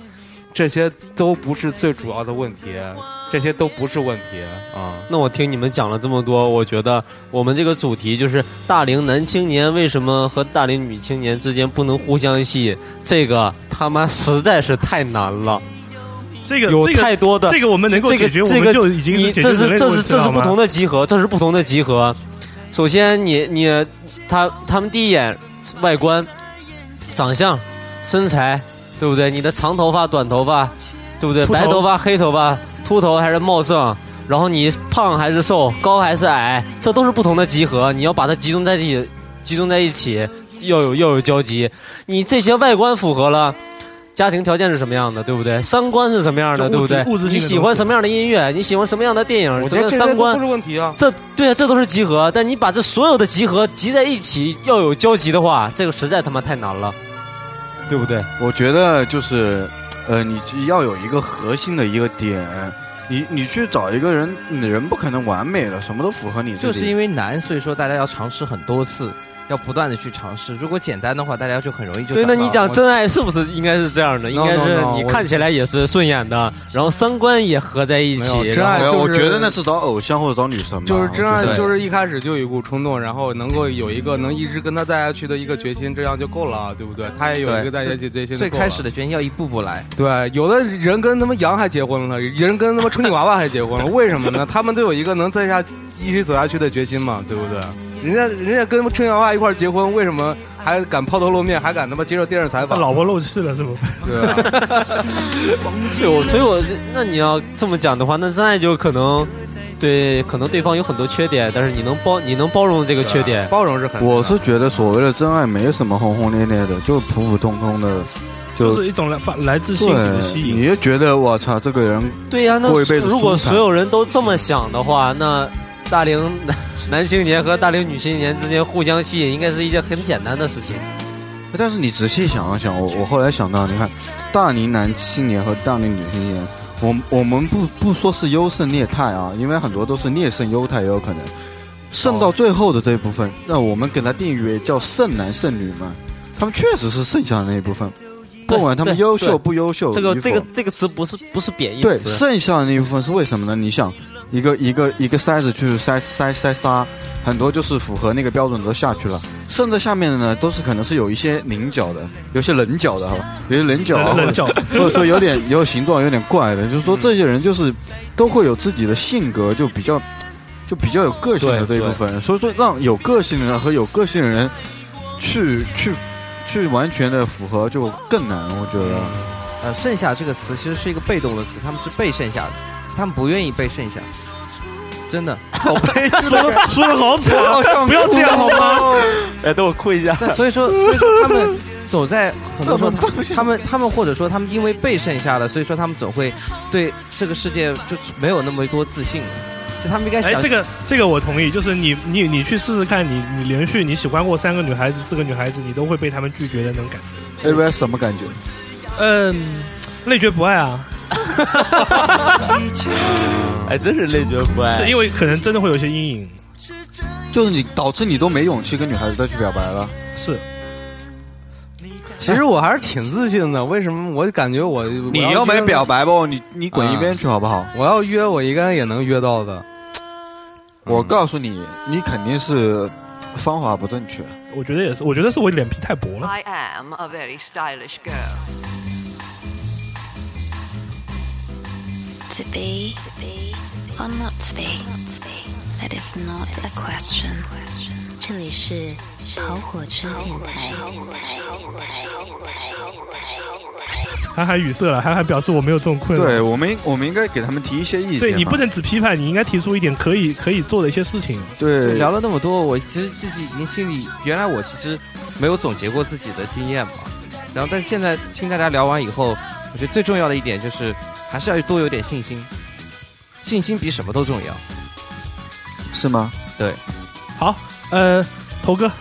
Speaker 1: 这些都不是最主要的问题，这些都不是问题啊。
Speaker 3: 那我听你们讲了这么多，我觉得我们这个主题就是大龄男青年为什么和大龄女青年之间不能互相吸引，这个他妈实在是太难了。
Speaker 5: 这个
Speaker 3: 有
Speaker 5: 这个
Speaker 3: 太多的
Speaker 5: 这个我们能够
Speaker 3: 这个
Speaker 5: 解决
Speaker 3: 这
Speaker 5: 我
Speaker 3: 个
Speaker 5: 们就已经是
Speaker 3: 你
Speaker 5: 解决
Speaker 3: 这是
Speaker 5: 人类
Speaker 3: 这
Speaker 5: 问
Speaker 3: 是
Speaker 5: 题
Speaker 3: 这
Speaker 5: 了
Speaker 3: 是
Speaker 5: 好吗
Speaker 3: 不同的集合，这是不同的集合。首先你，你他他们第一眼外观、长相、身材，对不对？你的长头发、短头发，对不对？
Speaker 14: 秃头
Speaker 3: 白头发、黑头发，秃头还是茂盛，然后你胖还是瘦，高还是矮，这都是不同的集合。你要把它集中在一起，集中在一起，要有要有交集。你这些外观符合了。家庭条件是什么样的，对不对？三观是什么样的，
Speaker 1: 就物
Speaker 3: 对不
Speaker 1: 质
Speaker 3: 对
Speaker 1: 物质？性的
Speaker 3: 你喜
Speaker 1: 东
Speaker 3: 欢
Speaker 1: 西
Speaker 3: 什么样的音乐？你喜欢什么样的电影？
Speaker 1: 我
Speaker 3: 什
Speaker 1: 觉
Speaker 3: 么
Speaker 1: 得这些
Speaker 3: 样的三
Speaker 1: 都
Speaker 3: 观
Speaker 1: 不是问题啊。
Speaker 3: 这对啊，这都是集合。但你把这所有的集合集在一起，要有交集的话，这个实在他妈太难了。对不对？
Speaker 2: 我觉得就是，呃，你要有一个核心的一个点，你你去找一个人，你人不可能完美的，什么都符合你自己。
Speaker 9: 就是因
Speaker 2: 为
Speaker 9: 为难，所以说大家要尝试很多次，要不断的去尝试。如果简单的话，大家就很容易就
Speaker 3: 对，那
Speaker 9: 找到
Speaker 3: 你讲
Speaker 9: 我
Speaker 3: 真爱是不是应该是这样的？应
Speaker 9: No,
Speaker 3: 该
Speaker 9: no,
Speaker 3: 是
Speaker 9: no，
Speaker 3: 你
Speaker 9: 我
Speaker 3: 看起来也是顺眼的，然后三观也合在一起。然后
Speaker 2: 我觉得那是找偶像或者找女神吧。
Speaker 1: 就是真爱
Speaker 2: 我觉，得
Speaker 1: 就是一开始就有一股冲动，然后能够有一个能一直跟他在下去的一个决心，这样就够了，啊对不对？他也有一个在下去决心，
Speaker 9: 最开始的决定要一步步来。
Speaker 1: 对，有的人跟他妈羊还结婚了，人跟他妈春女娃娃还结婚了，为什么呢？他们都有一个能在下一起走下去的决心嘛，对不对？人家人家跟春女娃娃一块儿结婚，为什么还敢抛头露面，还敢他妈接受电视采访？
Speaker 5: 老婆露是了，是不？
Speaker 1: 对啊，
Speaker 3: 对，我所以我，那你要这么讲的话，那真爱就可能对，可能对方有很多缺点，但是你能包你能包容这个
Speaker 1: 啊
Speaker 3: 缺点，
Speaker 1: 包容是很
Speaker 2: 我是觉得所谓的真爱没什么轰轰烈烈的，就普普通通的，
Speaker 5: 就是一种来反来自幸福的
Speaker 2: 对，
Speaker 5: 吸引。
Speaker 2: 你就觉得我操，这个人
Speaker 3: 对呀、那
Speaker 2: 过一辈子
Speaker 3: 如果
Speaker 2: 舒坦
Speaker 3: 所有人都这么想的话，那大龄 男男青年和大龄女青年之间互相吸引，应该是一件很简单的事情。
Speaker 2: 哎但是你仔细想了想，我我后来想到，你看，大龄男青年和大龄女青年，我我们不不说是优胜劣汰啊，因为很多都是劣胜优汰也有可能，剩
Speaker 3: 哦
Speaker 2: 到最后的这一部分，那我们给它定义为叫剩男剩女嘛，他们确实是剩下的那一部分，不管他们
Speaker 3: 对
Speaker 2: 优秀
Speaker 3: 对
Speaker 2: 不优秀，
Speaker 3: 这个
Speaker 2: 与否
Speaker 3: 这个这个词不是不是贬义
Speaker 2: 对，
Speaker 3: 词，
Speaker 2: 剩下的那一部分是为什么呢？你想，一个一个一个筛子去筛筛筛沙，很多就是符合那个标准的都下去了，剩在下面的呢，都是可能是有一些棱角的，有些棱角的哈，有些棱角 啊，
Speaker 5: 棱角
Speaker 2: 或者或者说有点有形状有点怪的，就是说这些人就是都会有自己的性格，就比较就比较有个性的这
Speaker 11: 对
Speaker 2: 一部分人，所以说让有个性的人和有个性的人去去去完全的符合就更难，我觉得。
Speaker 9: 呃，剩下这个词其实是一个被动的词，他们是被剩下的，他们不愿意被剩下，真的。
Speaker 2: 好悲
Speaker 5: 说得说得好惨啊不要这样好吗？
Speaker 3: 哎，等我哭一下
Speaker 9: 但所以说，所以说他们 走在很多时候，他他们他们或者说他们因为被剩下了，所以说他们总会对这个世界就没有那么多自信了。就他们应该想
Speaker 5: 哎，这个这个我同意，就是你你你去试试看，你你连续你喜欢过三个女孩子、四个女孩子，你都会被她们拒绝的那种感觉。
Speaker 2: A V S 什么感觉？
Speaker 5: 嗯，累觉不爱啊，
Speaker 3: 哎，真是累觉不爱
Speaker 5: 是因为可能真的会有一些阴影。
Speaker 2: 就是你导致你都没勇气跟女孩子再去表白了。
Speaker 5: 是，
Speaker 1: 其实我还是挺自信的，为什么？我感觉我
Speaker 2: 你要没表白吧，你你滚一边去好不好？
Speaker 1: 我要约，我应该也能约到的。
Speaker 2: 我告诉你，你肯定是方法不正确。
Speaker 5: 我觉得也是，我觉得是我脸皮太薄了。
Speaker 15: I am a very stylish girl.
Speaker 16: To be or not to be, that is not a question. 这里是跑火车电台。
Speaker 5: 韩寒语塞了，韩寒表示我没有这种困扰。
Speaker 2: 对我们，我们应该给他们提一些意见嘛。
Speaker 5: 对你不能只批判，你应该提出一点可以可以做的一些事情。
Speaker 2: 对
Speaker 9: 聊了那么多，我其实自己已经心里，原来我其实没有总结过自己的经验嘛。然后，但是现在听大家聊完以后，我觉得最重要的一点就是，还是要多有点信心，信心比什么都重要。
Speaker 2: 是吗？
Speaker 9: 对，
Speaker 5: 好，呃，头哥，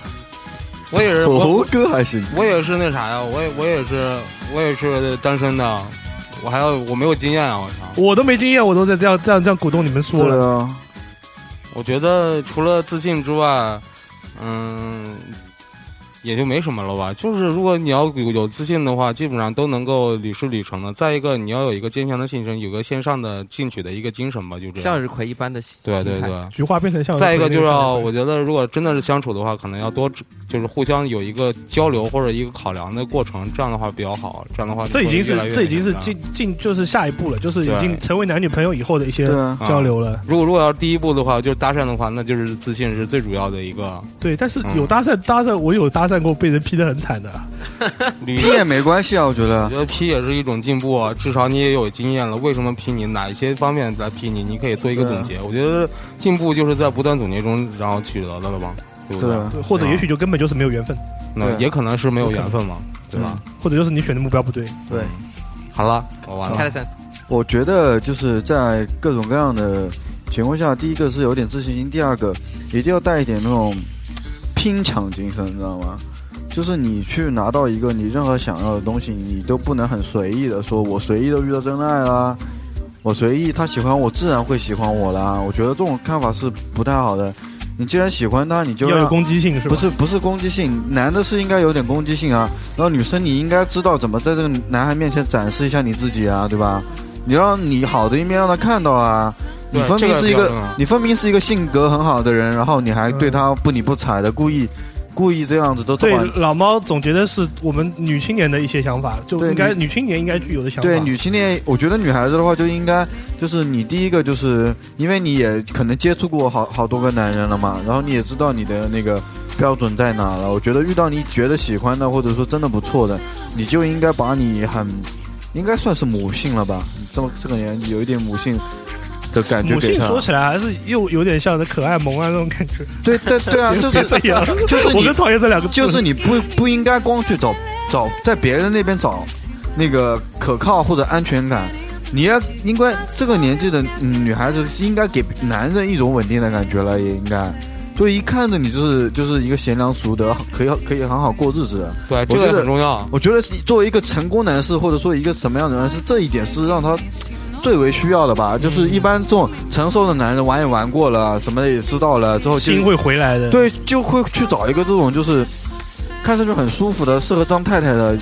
Speaker 14: 我 也是
Speaker 2: 猴哥还行。
Speaker 14: 我也是那啥呀，我也我也是我也是单身的，我还要我没有经验啊，我操！
Speaker 5: 我都没经验，我都在这样这样这样鼓动你们说了。
Speaker 2: 啊，
Speaker 14: 我觉得除了自信之外，嗯，
Speaker 1: 也就没什么了吧。就是如果你要有有自信的话，基本上都能够屡试屡成的。再一个，你要有一个坚强的信心，有个向上的进取的一个精神吧，就这样。
Speaker 9: 向日葵一般的心
Speaker 1: 对对
Speaker 9: 心态
Speaker 1: 对，
Speaker 5: 菊花变成向日葵
Speaker 1: 再一个就是
Speaker 5: 那个向
Speaker 1: 要，
Speaker 5: 日葵
Speaker 1: 我觉得如果真的是相处的话，可能要多就是互相有一个交流或者一个考量的过程，这样的话比较好。这样的话
Speaker 5: 这已经是
Speaker 1: 会越来越
Speaker 5: 这已经是
Speaker 1: 那个
Speaker 5: 进进就是下一步了，就是已
Speaker 1: 对
Speaker 5: 经成为男女朋友以后的一些
Speaker 1: 啊
Speaker 5: 交流了。
Speaker 1: 如果如果要是第一步的话，就是搭讪的话，那就是自信是最主要的一 个。
Speaker 5: 对，但是
Speaker 2: 嗯
Speaker 5: 有搭讪搭讪，我有搭讪过被人批的很惨的。啊
Speaker 1: 批
Speaker 2: 也没关系啊，我觉得。
Speaker 1: 我觉得批也是一种进步啊，至少你也有经验了。为什么批你？哪一些方面来批你？你可以做一个总结。我觉得进步就是在不断总结中，然后取得的了吧，对不
Speaker 2: 嗯
Speaker 5: 对或者也许就根本就是没有缘分，
Speaker 1: 那也可能是没有缘分嘛，对吧？
Speaker 5: 或者就是你选的目标不对。
Speaker 2: 对，
Speaker 1: 好了，我完了。
Speaker 9: 三，
Speaker 2: 我觉得就是在各种各样的情况下，第一个是有点自信心，第二个一定要带一点那种拼抢精神，你知道吗？就是你去拿到一个你任何想要的东西，你都不能很随意的说，我随意的遇到真爱啦，我随意他喜欢我自然会喜欢我啦。我觉得这种看法是不太好的。你既然喜欢他，你就
Speaker 5: 要
Speaker 2: 让
Speaker 5: 有攻击性是吧
Speaker 2: 不是不是攻击性，男的是应该有点攻击性啊。然后女生你应该知道怎么在这个男孩面前展示一下你自己啊，对吧？你让你好的一面让他看到啊。你
Speaker 1: 对
Speaker 2: 分
Speaker 1: 这
Speaker 2: 明
Speaker 1: 个
Speaker 2: 是一个
Speaker 1: 比较重要
Speaker 2: 你分明是一个性格很好的人，然后你还对他不理不睬的，故意故意这样子都
Speaker 5: 对
Speaker 2: 怎么
Speaker 5: 老猫总结的是我们女青年的一些想法，就
Speaker 2: 对
Speaker 5: 应该
Speaker 2: 女
Speaker 5: 女青年应该具有的想法。
Speaker 2: 对女青
Speaker 5: 嗯
Speaker 2: 年，我觉得女孩子的话就应该，就是你第一个就是，因为你也可能接触过好好多个男人了嘛，然后你也知道你的那个标准在哪了。我觉得遇到你觉得喜欢的，或者说真的不错的，你就应该把你很，应该算是母性了吧？这么这个年纪有一点母性的感觉
Speaker 5: 母
Speaker 2: 给
Speaker 5: 性
Speaker 2: 他。
Speaker 5: 说起来还是又有点像可爱萌啊那种感觉。
Speaker 2: 对对对 啊，就是
Speaker 5: 这样，
Speaker 2: 就是
Speaker 5: 我
Speaker 2: 你
Speaker 5: 更讨厌这两个字。
Speaker 2: 就是你不不应该光去找找在别人那边找那个可靠或者安全感，你要应该这个年纪的、嗯女孩子应该给男人一种稳定的感觉了，也应该。对，一看着你就是就是一个贤良淑德，可以可以很好过日子的。
Speaker 1: 对
Speaker 2: 我
Speaker 1: 这个
Speaker 2: 觉得
Speaker 1: 很重要
Speaker 2: 我觉得是作为一个成功男士，或者说一个什么样的人士，这一点是让他最为需要的吧。就是一般这种成熟的男人玩也玩过了，什么也知道了之后就，
Speaker 5: 心会回来的
Speaker 2: 对，就会去找一个这种就是看上去很舒服的、适合当太太的，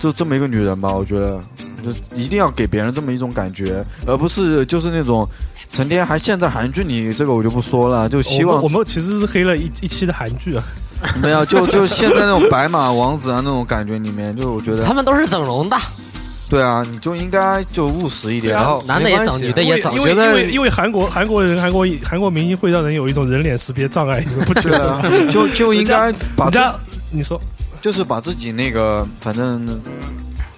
Speaker 2: 就这么一个女人吧。我觉得，就一定要给别人这么一种感觉，而不是就是那种成天还现在韩剧里这个我就不说了，就希望
Speaker 5: 我们我们其实是黑了一一期的韩剧啊。
Speaker 2: 没有，就就现在那种白马王子啊那种感觉里面，就是我觉得
Speaker 3: 他们都是整容的。
Speaker 2: 对啊，你就应该就务实一点，然后
Speaker 5: 因为因为因为因为韩国韩国人韩国韩国明星会让人有一种人脸识别障碍，你们不觉得吗
Speaker 2: 对啊？就就应该 把
Speaker 5: 人家 你说，
Speaker 2: 就是把自己那个，反正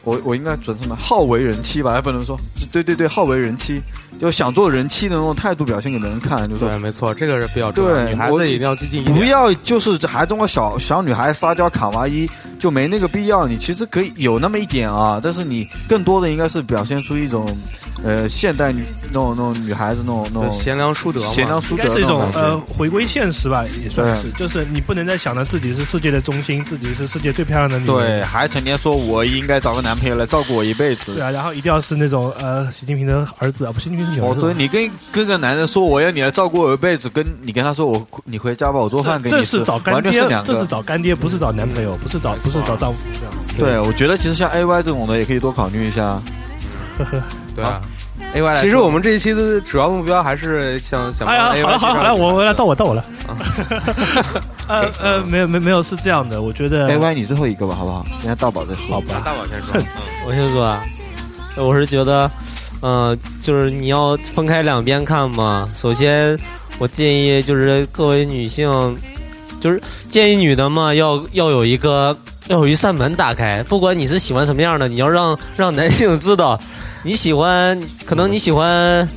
Speaker 2: 我我应该准什么好为人妻吧，还不能说对对对，好为人妻，就想做人妻的那种态度表现给别人看，就是
Speaker 1: 对，没错，这个是比较重要的。
Speaker 2: 对，
Speaker 1: 女孩
Speaker 2: 我
Speaker 1: 子一定要积极一点。
Speaker 2: 不要就是还中个小小女孩撒娇卡哇伊，就没那个必要。你其实可以有那么一点啊，但是你更多的应该是表现出一种，呃，现代女那种那种女孩子那种那种
Speaker 1: 就嗯贤良淑德嘛
Speaker 2: 贤良淑
Speaker 5: 应
Speaker 2: 德
Speaker 5: 该是一
Speaker 2: 那
Speaker 5: 种
Speaker 2: 感觉
Speaker 5: 呃回归现实吧，也算是，
Speaker 2: 对
Speaker 5: 就是你不能再想着自己是世界的中心，自己是世界最漂亮的女人。
Speaker 2: 对，还成天说我应该找个男朋友来照顾我一辈子。
Speaker 5: 对啊，然后一定要是那种呃习近平的儿子啊，不，习近平是女
Speaker 2: 我
Speaker 5: 儿
Speaker 2: 说
Speaker 5: 子。
Speaker 2: 哦你跟跟个男人说我要你来照顾我一辈子，跟你跟他说我你回家吧，我做饭给
Speaker 5: 这
Speaker 2: 你
Speaker 5: 是
Speaker 2: 吃，
Speaker 5: 找干
Speaker 2: 完
Speaker 5: 爹
Speaker 2: 全是两，
Speaker 5: 这是
Speaker 2: 个。嗯
Speaker 5: 找干爹，不是找男朋友，不是找
Speaker 2: 啊
Speaker 5: 不是找丈夫。
Speaker 2: 对，我觉得其实像 A Y 这种的也可以多考虑一下。
Speaker 5: 呵呵，
Speaker 1: 对啊。
Speaker 9: A Y
Speaker 2: 来
Speaker 1: 其实
Speaker 2: 说
Speaker 1: 我们这一期的主要目标还是想想
Speaker 5: 哎
Speaker 1: 把 AY
Speaker 5: 呀，好
Speaker 1: 介绍
Speaker 5: 了好了好了，
Speaker 1: 一下
Speaker 5: 我我来到我到我了。
Speaker 2: 嗯
Speaker 5: 呃呃，没有没有没有，是这样的，我觉得
Speaker 2: A Y 你最后一个吧，好不好？人家大宝再说。
Speaker 3: 好吧
Speaker 1: 大宝先说
Speaker 3: 我先说啊，我是觉得，呃，就是你要分开两边看嘛。首先，我建议就是各位女性，就是建议女的嘛，要要有一个要有一扇门打开，不管你是喜欢什么样的，你要让让男性知道你喜欢，可能你喜欢。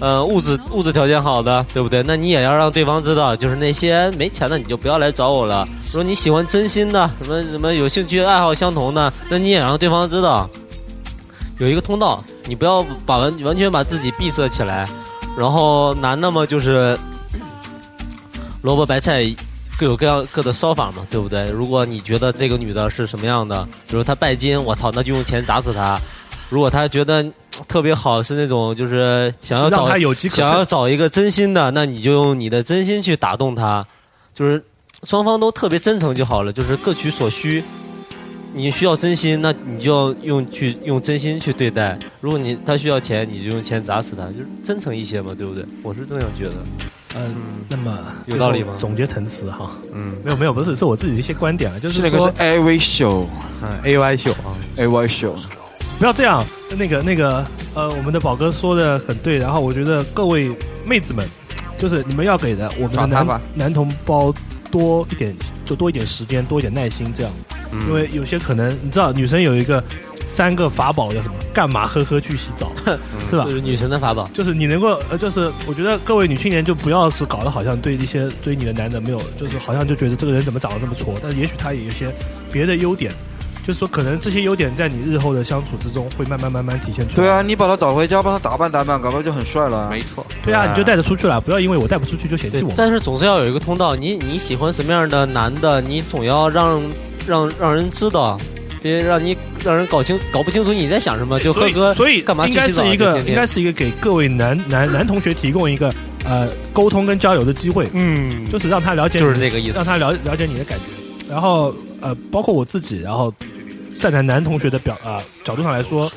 Speaker 3: 呃，物质物质条件好的，对不对？那你也要让对方知道，就是那些没钱的，你就不要来找我了。如果你喜欢真心的，什么什么有兴趣爱好相同的，那你也让对方知道，有一个通道，你不要把完完全把自己闭塞起来。然后男的嘛，就是萝卜白菜各有各样各的烧法嘛，对不对？如果你觉得这个女的是什么样的，比如她拜金，我操，那就用钱砸死她；如果她觉得嗯特别好，是那种就是 想要
Speaker 5: 让
Speaker 3: 找
Speaker 5: 她有机可乘
Speaker 3: 想要找一个真心的，那你就用你的真心去打动她，就是双方都特别真诚就好了，就是各取所需。你需要真心，那你就要用去用真心去对待。如果你他需要钱，你就用钱砸死他，就是真诚一些嘛，对不对？我是这样觉得。
Speaker 5: 嗯，那么
Speaker 3: 有道理吗？
Speaker 5: 总结陈词哈，
Speaker 1: 嗯，
Speaker 5: 没有没有，不是，是我自己的一些观点啊，就是
Speaker 2: 那个
Speaker 5: 说
Speaker 2: 是 A V 秀，
Speaker 1: 嗯，A Y 秀啊
Speaker 2: ，A Y 秀，
Speaker 5: 不要这样。那个那个呃，我们的宝哥说的很对，然后我觉得各位妹子们，就是你们要给的我们
Speaker 9: 找
Speaker 5: 的
Speaker 9: 他吧
Speaker 5: 男男同胞多一点，就多一点时间，多一点耐心，这样，
Speaker 1: 嗯
Speaker 5: 因为有些可能你知道，女生有一个三个法宝叫什么？干嘛呵呵去洗澡，是吧？
Speaker 3: 就是女神的法宝。
Speaker 5: 就是你能够，呃，就是我觉得各位女青年就不要是搞得好像对一些追你的男的没有，就是好像就觉得这个人怎么长得这么挫，但是也许他也有些别的优点，就是说可能这些优点在你日后的相处之中会慢慢慢慢体现出来。
Speaker 2: 对啊，你把他找回家，帮他打扮打扮，搞不好就很帅了。没
Speaker 1: 错，
Speaker 5: 对啊，你就带着出去了，不要因为我带不出去就嫌弃
Speaker 3: 对
Speaker 5: 我，。
Speaker 3: 但是总是要有一个通道。你你喜欢什么样的男的，你总要让让让人知道，别让你让人搞清搞不清楚你在想什么，就
Speaker 5: 哎所
Speaker 3: 呵
Speaker 5: 以
Speaker 3: 呵。
Speaker 5: 所以
Speaker 3: 干嘛去
Speaker 5: 应该
Speaker 3: 洗澡
Speaker 5: 是
Speaker 3: 啊
Speaker 5: 一个
Speaker 3: 天天
Speaker 5: 应该是一个给各位男男男同学提供一个呃沟通跟交流的机会，
Speaker 1: 嗯，
Speaker 5: 就是让他了解你
Speaker 3: 就是这个意思
Speaker 5: 让他了了解你的感觉，然后呃包括我自己，然后站在男同学的表啊、角度上来说。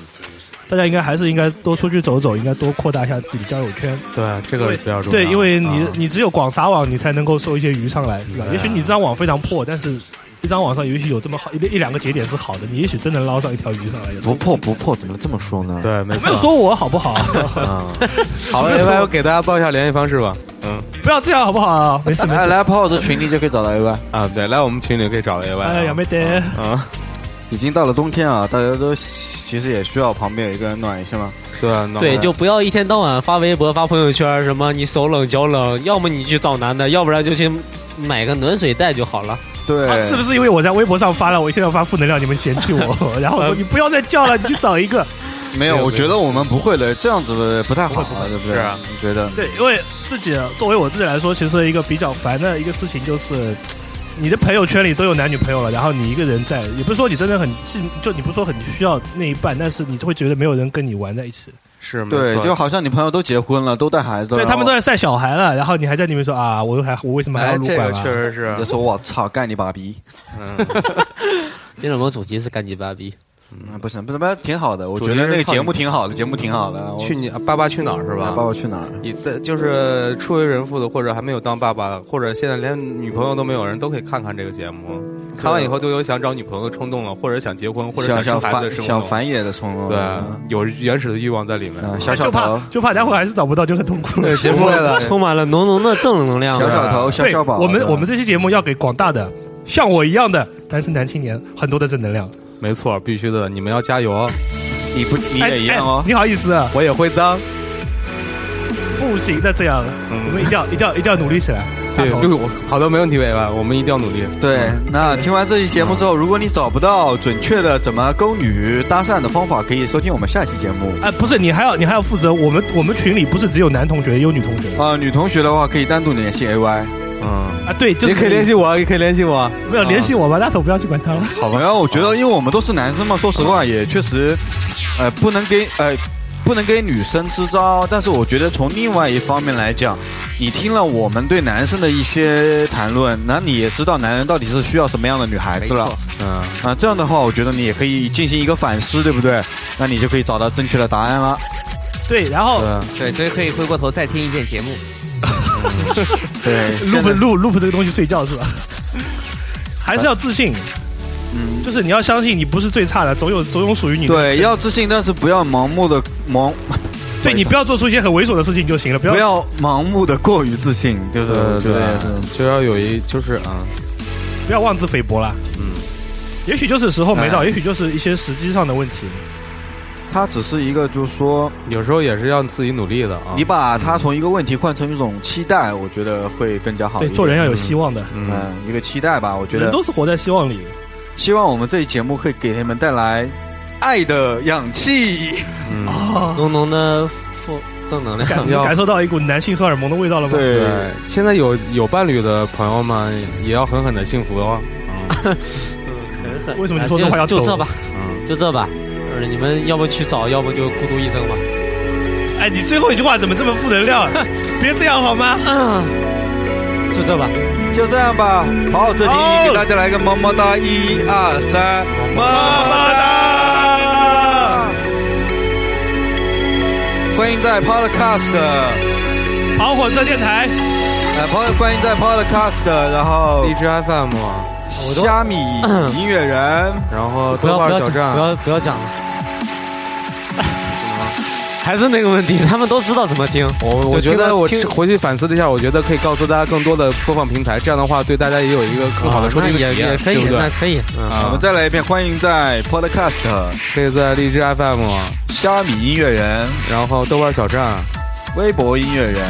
Speaker 5: 大家应该还是应该多出去走走，应该多扩大一下自己的交友圈。
Speaker 1: 对，这个是比较重要。
Speaker 5: 对，因为你、
Speaker 1: 啊
Speaker 5: 你只有广撒网，你才能够收一些鱼上来，是吧？
Speaker 1: 对啊
Speaker 5: 也许你这张网非常破，但是一张网上也许有这么好一一两个节点是好的，你也许真能捞上一条鱼上来。也
Speaker 2: 不破不破，怎么这么说
Speaker 1: 嗯
Speaker 2: 呢？
Speaker 1: 对，没
Speaker 5: 没有说我好不好？
Speaker 1: 啊，好了，A Y，我给大家报一下联系方式吧。嗯，
Speaker 5: 不要这样好不好？没事没
Speaker 2: 哎，
Speaker 5: 事。
Speaker 2: 来泡这群里就可以找到 A Y。
Speaker 1: 啊，对，来我们群里可以找到 A
Speaker 5: 哎，
Speaker 1: Y
Speaker 5: 杨梅得，
Speaker 1: 啊。
Speaker 2: 已经到了冬天啊，大家都其实也需要旁边有一个人暖一下嘛。
Speaker 1: 对啊，
Speaker 3: 对，就不要一天到晚发微博、发朋友圈，什么你手冷脚冷，要么你去找男的，要不然就去买个暖水袋就好了。
Speaker 2: 对
Speaker 5: 啊是不是因为我在微博上发了，我一天要发负能量，你们嫌弃我， 然后说你不要再叫了，你去找一个。
Speaker 2: 没有，我觉得我们不会的，这样子不太好啊，对不对？
Speaker 1: 是啊，
Speaker 2: 你觉得？
Speaker 5: 对，因为自己作为我自己来说，其实一个比较烦的一个事情就是，你的朋友圈里都有男女朋友了，然后你一个人在，也不是说你真的很寂，就你不是说很需要那一半，但是你就会觉得没有人跟你玩在一起，
Speaker 1: 是没
Speaker 2: 对，
Speaker 1: 错
Speaker 2: 就好像你朋友都结婚了，都带孩子了，
Speaker 5: 对他们都在晒小孩了，然后你还在里面说啊，我还我为什么还
Speaker 1: 哎
Speaker 5: 要撸管、啊
Speaker 1: 是
Speaker 2: 就说嗯我操，干你爸逼！
Speaker 3: 今天我们主题是干鸡巴逼，
Speaker 2: 嗯，不是，不是，不是，挺好的，我
Speaker 1: 主
Speaker 2: 觉
Speaker 1: 题
Speaker 2: 得那
Speaker 1: 是
Speaker 2: 个
Speaker 1: 操
Speaker 2: 节目
Speaker 1: 你
Speaker 2: 挺好的，节目挺好的。我
Speaker 1: 去你爸爸去哪儿是吧？
Speaker 2: 爸爸啊去哪儿？
Speaker 1: 你在就是初为人父的，或者还没有当爸爸，或者现在连女朋友都没有人，都可以看看这个节目。看完以后都有想找女朋友的冲动了，或者想结婚，或者
Speaker 2: 想
Speaker 1: 生
Speaker 2: 想
Speaker 1: 孩子的
Speaker 2: 繁
Speaker 1: 冲
Speaker 2: 想
Speaker 1: 动。
Speaker 2: 繁衍的冲动，
Speaker 1: 对啊
Speaker 2: 嗯，
Speaker 1: 有原始的欲望在里面。
Speaker 2: 小小头
Speaker 5: 就怕，就怕待会儿还是找不到，就很痛苦。
Speaker 3: 节目
Speaker 2: 不会的
Speaker 3: 充满了浓浓的正能量。
Speaker 2: 小小头，小
Speaker 5: 对，啊
Speaker 2: 小宝，
Speaker 5: 我们我们这期节目要给广大的像我一样的单身男青年很多的正能量。
Speaker 1: 没错，必须的，你们要加油哦！
Speaker 2: 你不你也一样
Speaker 5: 哎
Speaker 2: 哦
Speaker 5: 哎。你好意思啊，
Speaker 1: 我也会当。
Speaker 5: 不行的，这样我们一定要一定要一定要努力起来。
Speaker 1: 对
Speaker 5: 大头，
Speaker 1: 对，我好的，没问题，伟吧？我们一定要努力。
Speaker 2: 对，那听完这期节目之后，如果你找不到准确的怎么勾女搭讪的方法，可以收听我们下期节目。
Speaker 5: 哎，不是，你还要你还要负责我们我们群里不是只有男同学，也有女同学
Speaker 2: 啊、女同学的话可以单独联系 AY。
Speaker 1: 嗯，
Speaker 5: 啊。 对，就是
Speaker 1: 也可以联系我，也可以联系我。
Speaker 5: 不要联系
Speaker 2: 啊
Speaker 5: 我吧，大头不要去管他 了。
Speaker 2: 好吧，然后我觉得，因为我们都是男生嘛，说实话也确实，呃，不能给呃，不能给女生支招。但是我觉得从另外一方面来讲，你听了我们对男生的一些谈论，那你也知道男人到底是需要什么样的女孩子了。
Speaker 1: 嗯，
Speaker 2: 啊，这样的话，我觉得你也可以进行一个反思，对不对？那你就可以找到正确的答案了。
Speaker 5: 对，然后
Speaker 2: 啊
Speaker 13: 对，所以可以回过头再听一遍节目。
Speaker 2: 对，现在
Speaker 5: loop loop loop 这个东西睡觉是吧？还是要自信，
Speaker 2: 嗯，
Speaker 5: 就是你要相信你不是最差的，总有总有属于你的。
Speaker 2: 对，要自信，但是不要盲目的盲，
Speaker 5: 对你不要做出一些很猥琐的事情就行了，不要呃
Speaker 2: 不要盲目的过于自信，就是我
Speaker 3: 嗯
Speaker 2: 觉
Speaker 1: 呃对啊
Speaker 2: 得也是。，
Speaker 1: 就要有一就是啊，
Speaker 5: 不要妄自菲薄啦。
Speaker 1: 嗯，
Speaker 5: 也许就是时候没到，
Speaker 2: 哎
Speaker 5: 也许就是一些时机上的问题。
Speaker 2: 它只是一个，就是说，
Speaker 1: 有时候也是要自己努力的啊。
Speaker 2: 你把它从一个问题换成一种期待，我觉得会更加好一
Speaker 5: 对，
Speaker 2: 点。
Speaker 5: 做人要有希望的，
Speaker 1: 嗯
Speaker 2: 嗯，一个期待吧，我觉
Speaker 5: 人
Speaker 2: 得
Speaker 5: 都。是活在希望里。
Speaker 2: 希望我们这一节目会给你们带来爱的氧气。
Speaker 3: 浓浓的负正能量
Speaker 5: 感。
Speaker 1: 嗯要
Speaker 5: 感受到一股男性荷尔蒙的味道了吗？
Speaker 2: 对，
Speaker 1: 对，现在有有伴侣的朋友们也要狠狠的幸福哦。
Speaker 5: 为什么你说这
Speaker 3: 就
Speaker 5: 话要 抖
Speaker 3: 就这吧，
Speaker 1: 嗯，
Speaker 3: 就这吧。就是你们要么去找，要么就孤独一生吧。
Speaker 5: 哎，你最后一句话怎么这么负能量？别这样好吗？
Speaker 3: 就这吧，
Speaker 2: 就这样吧。好，这题给大家来个么么哒，一二三，么么哒！欢迎在 Podcast
Speaker 5: 跑火车电台，
Speaker 2: 呃，朋友，欢迎在 Podcast，然
Speaker 3: 哦
Speaker 2: 后荔枝 FM、虾米音乐人，
Speaker 1: 啊然后
Speaker 3: 不要
Speaker 1: 豆
Speaker 3: 不
Speaker 1: 瓣
Speaker 3: 要
Speaker 1: 小
Speaker 3: 讲
Speaker 1: 站
Speaker 3: 不，要不要讲了。 还是那个问题，他们都知道怎么听。
Speaker 1: 我我
Speaker 3: 就
Speaker 1: 觉
Speaker 3: 听
Speaker 1: 得
Speaker 3: 到
Speaker 1: 我
Speaker 3: 听
Speaker 1: 回去反思了一下，我觉得可以告诉大家更多的播放平台，这样的话对大家也有一个更好的收听
Speaker 3: 啊那
Speaker 1: 的
Speaker 3: 也
Speaker 1: 体验，
Speaker 3: 也可以
Speaker 1: 对不对
Speaker 3: 那可以嗯
Speaker 1: 啊
Speaker 2: 我们再来一遍，欢迎在 Podcast，
Speaker 1: 可以在荔枝 FM、
Speaker 2: 虾米音乐人，
Speaker 1: 然后豆瓣小站、
Speaker 2: 微博音乐人，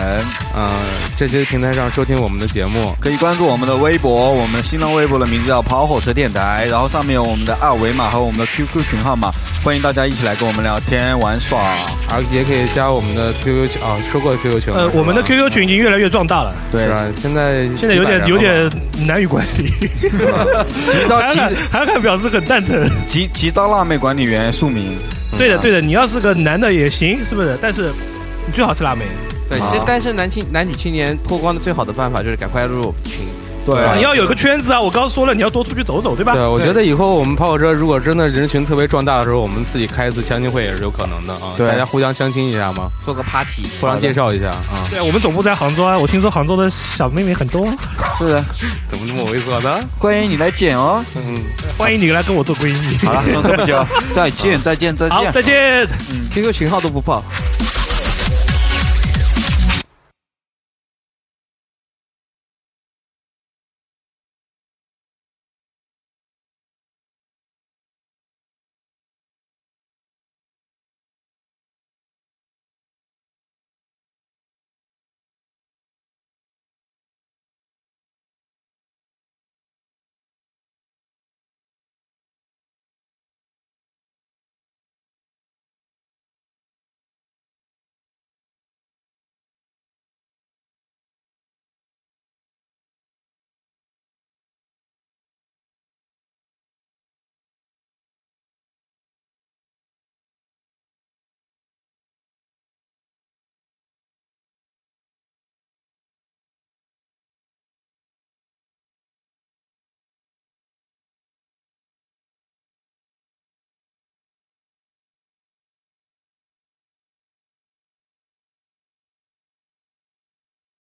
Speaker 1: 嗯、这些平台上收听我们的节目。
Speaker 2: 可以关注我们的微博，我们新浪微博的名字叫跑火车电台，然后上面有我们的二维码和我们的 QQ 群号码，欢迎大家一起来跟我们聊天玩耍，
Speaker 1: 啊，也可以加我们的 QQ 群啊，说过 QQ 群了
Speaker 5: 呃，
Speaker 1: 是吧
Speaker 5: 我们的 QQ 群已经越来越壮大了，
Speaker 2: 对
Speaker 1: 是吧？现在
Speaker 5: 现在有点
Speaker 1: 几
Speaker 5: 有
Speaker 1: 百人了吧
Speaker 5: 点难以管理。
Speaker 2: 急招急
Speaker 5: 韩寒表示很蛋疼，
Speaker 2: 急急招辣妹管理员宿明，
Speaker 5: 对的对的，你要是个男的也行，是不是？但是你最好是辣妹。
Speaker 13: 对，
Speaker 1: 啊
Speaker 13: 其实单身男青男女青年脱光的最好的办法就是赶快入群。
Speaker 5: 啊你要有个圈子啊！我刚说了，你要多出去走走，啊对吧？
Speaker 1: 对，我觉得以后我们跑火车如果真的人群特别壮大的时候，我们自己开一次相亲会也是有可能的啊。
Speaker 5: 对
Speaker 1: 大家互相相亲一下嘛，
Speaker 13: 做个 party，
Speaker 1: 互相介绍一下啊。
Speaker 5: 对啊，我们总部在杭州啊，我听说杭州的小妹妹很多啊。
Speaker 2: 是的，
Speaker 1: 怎么这么猥琐呢？
Speaker 2: 欢迎你来捡哦，
Speaker 1: 嗯，
Speaker 5: 欢迎你来跟我做闺蜜。
Speaker 2: 好了，弄这么久，再见再见再
Speaker 5: 好
Speaker 2: 见，
Speaker 5: 再见
Speaker 2: ，QQ 群号都不报。